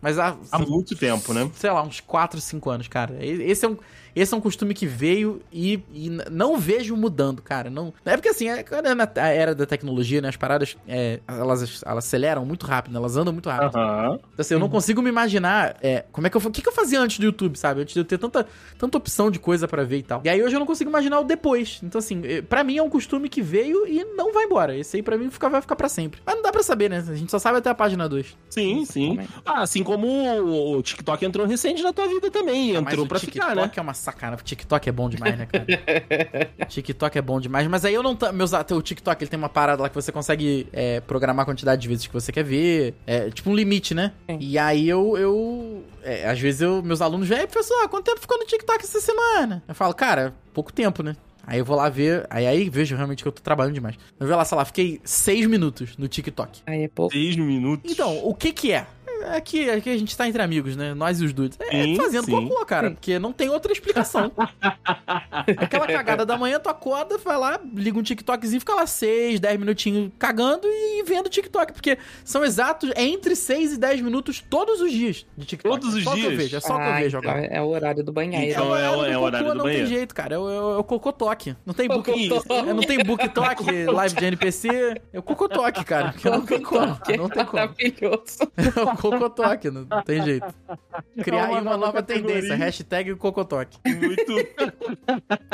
Speaker 1: Mas há,
Speaker 2: Há muito tempo, né?
Speaker 1: sei lá, uns 4, 5 anos, cara. E- Esse é um, esse é um costume que veio e, e n- não vejo mudando, cara. Não, é porque assim, é, quando é na a era da tecnologia, né? As paradas, é, elas, elas aceleram muito rápido, né, elas andam muito rápido.
Speaker 2: Aham.
Speaker 1: Então, assim, eu não consigo me imaginar é, como é que eu fa- o que, que eu fazia antes do YouTube, sabe? Antes de eu ter tanta, tanta opção de coisa pra ver e tal. E aí hoje eu não consigo imaginar o depois. Então, assim, eh, pra mim é um costume que veio e não vai embora. Esse aí pra mim fica- vai ficar pra sempre. Mas não dá pra saber, né? A gente só sabe até a página 2.
Speaker 2: Sim, sim.
Speaker 3: Também.
Speaker 2: Ah, assim como o- o TikTok entrou recente na tua vida também. Entrou pra ficar, né?
Speaker 1: é uma sacana. O TikTok é bom demais, né, cara? TikTok é bom demais. Mas aí eu não. ta- Meus, a- o TikTok ele tem uma parada lá que você consegue é, programar a quantidade de vezes que você quer ver. É tipo um limite, né?
Speaker 3: Sim.
Speaker 1: E aí eu. eu é, às vezes eu, meus alunos vêm, "Ei, professor, quanto tempo ficou no TikTok essa semana? Eu falo, cara, pouco tempo, né? Aí eu vou lá ver, aí, aí vejo realmente que eu tô trabalhando demais. Eu vou lá, sei lá, fiquei seis minutos no TikTok.
Speaker 3: Aí é pouco.
Speaker 2: Seis minutos.
Speaker 1: Então, o que que é? É, Aqui, aqui a gente tá entre amigos, né? Nós e os dudes. É
Speaker 2: Sim,
Speaker 1: fazendo
Speaker 2: sim.
Speaker 1: cocô, cara, porque não tem outra explicação. Aquela cagada da manhã, tu acorda, vai lá, liga um TikTokzinho, fica lá 6, 10 minutinhos cagando e vendo TikTok, porque são exatos é entre 6 e 10 minutos todos os dias de TikTok.
Speaker 2: Todos os
Speaker 1: é só Que eu
Speaker 2: dias?
Speaker 1: vejo, é só o que eu
Speaker 3: Ah,
Speaker 1: vejo
Speaker 3: então
Speaker 1: agora.
Speaker 3: É o horário do banheiro.
Speaker 2: Então, é o- é o horário do
Speaker 1: não
Speaker 2: banheiro.
Speaker 1: tem jeito, cara. É o, é o- é o cocotoque. Não tem book,
Speaker 3: Cocotoque.
Speaker 1: é, não tem book talk, live de NPC. É o cocotoque, cara. Porque é não tem como. Não tem como.
Speaker 3: Maravilhoso.
Speaker 1: É o Cocotoque, não tem jeito. Criar
Speaker 2: uma
Speaker 1: aí uma
Speaker 2: nova
Speaker 1: nova tendência,
Speaker 2: categoria.
Speaker 1: hashtag Cocotoque.
Speaker 2: Muito.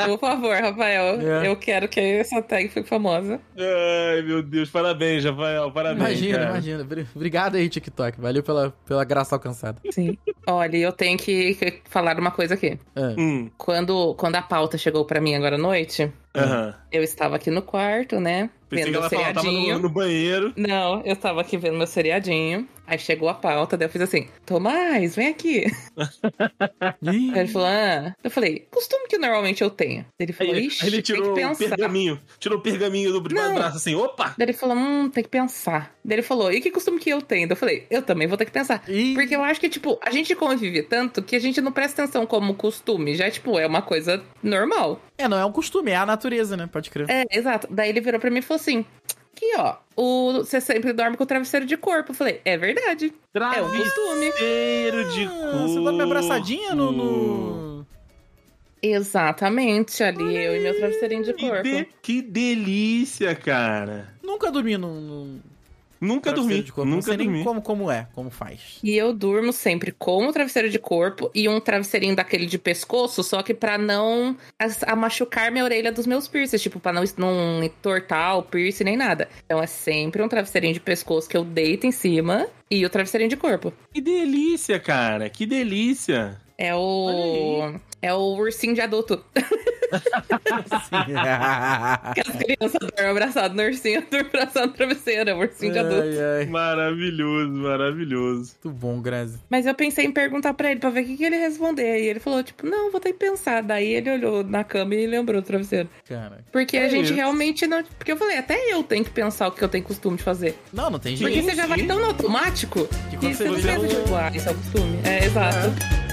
Speaker 3: Por favor, Rafael.
Speaker 1: É.
Speaker 3: Eu quero que essa tag fique famosa.
Speaker 2: Ai, meu Deus. Parabéns, Rafael. Parabéns.
Speaker 1: Imagina,
Speaker 2: cara.
Speaker 1: imagina. Obri- Obrigado aí, TikTok. Valeu pela, pela graça alcançada.
Speaker 3: Sim. Olha, eu tenho que que falar uma coisa aqui.
Speaker 1: É.
Speaker 2: Hum,
Speaker 3: Quando, quando a pauta chegou pra mim agora à noite,
Speaker 2: aham.
Speaker 3: eu estava aqui no quarto, né?
Speaker 2: Pensei que
Speaker 3: vendo
Speaker 2: ela
Speaker 3: o
Speaker 2: falava, tava no,
Speaker 3: seriadinho.
Speaker 2: no banheiro.
Speaker 3: Não, eu tava aqui vendo meu seriadinho. Aí chegou a pauta, daí eu fiz assim: Tomás, vem aqui.
Speaker 1: Ih,
Speaker 3: Aí ele falou: Ah. Eu falei: Costume que normalmente eu tenho. Ele
Speaker 2: Aí,
Speaker 3: falou: Ixi,
Speaker 2: aí ele tirou
Speaker 3: tem
Speaker 2: o
Speaker 3: que pensar.
Speaker 2: pergaminho. Tirou o pergaminho do debaixo do
Speaker 3: Não.
Speaker 2: braço, assim, opa!
Speaker 3: Daí ele falou, hum, tem que pensar. Daí ele falou, e que costume que eu tenho? Daí Eu falei, eu também vou ter que pensar.
Speaker 1: Ih.
Speaker 3: Porque eu acho que, tipo, a gente convive tanto que a gente não presta atenção como costume. Já, tipo, é uma coisa normal.
Speaker 1: É, não é um costume, é a natureza, né? Pode crer.
Speaker 3: É, exato. Daí ele virou pra mim e falou assim, que ó, o, você sempre dorme com o travesseiro de corpo. Eu falei, é verdade. É um costume.
Speaker 2: Travesseiro de
Speaker 1: Ah, você dorme abraçadinha no. no...
Speaker 3: Exatamente, ali eu e meu travesseirinho de
Speaker 2: Que,
Speaker 3: corpo.
Speaker 2: de- que delícia, cara.
Speaker 1: Nunca dormi num. num
Speaker 2: Nunca
Speaker 1: travesseiro
Speaker 2: dormi.
Speaker 1: de corpo. Não
Speaker 2: Nunca
Speaker 1: sei
Speaker 2: dormi.
Speaker 1: nem como, como é, como faz.
Speaker 3: E eu durmo sempre com o travesseiro de corpo e um travesseirinho daquele de pescoço, só que pra não as- a machucar minha orelha dos meus piercings, tipo, pra não, es- não entortar o piercing nem nada. Então é sempre um travesseirinho de pescoço que eu deito em cima e o travesseirinho de corpo.
Speaker 2: Que delícia, cara. Que delícia.
Speaker 3: É
Speaker 2: Olha
Speaker 3: o. É o ursinho de adulto. Que as crianças dormem abraçado no ursinho, eu durmo abraçado no travesseiro. É o ursinho de adulto.
Speaker 1: Ai, ai.
Speaker 2: Maravilhoso, maravilhoso.
Speaker 1: Muito bom, Grazi.
Speaker 3: Mas eu pensei em perguntar pra ele pra ver o que, que ele responder. E ele falou, tipo, não, vou ter que pensar. Daí ele olhou na cama e lembrou do travesseiro.
Speaker 1: Cara.
Speaker 3: Porque
Speaker 2: É
Speaker 3: a gente
Speaker 2: isso.
Speaker 3: realmente não. Porque eu falei, até eu tenho que pensar o que eu tenho costume de fazer.
Speaker 1: Não, não tem
Speaker 3: Porque
Speaker 1: jeito.
Speaker 3: você já vai
Speaker 2: sim.
Speaker 3: tão no automático
Speaker 1: Que
Speaker 3: que,
Speaker 1: quando
Speaker 3: você não
Speaker 2: você
Speaker 3: pensa,
Speaker 2: não-
Speaker 3: tipo, ah, isso é o costume. É, exato.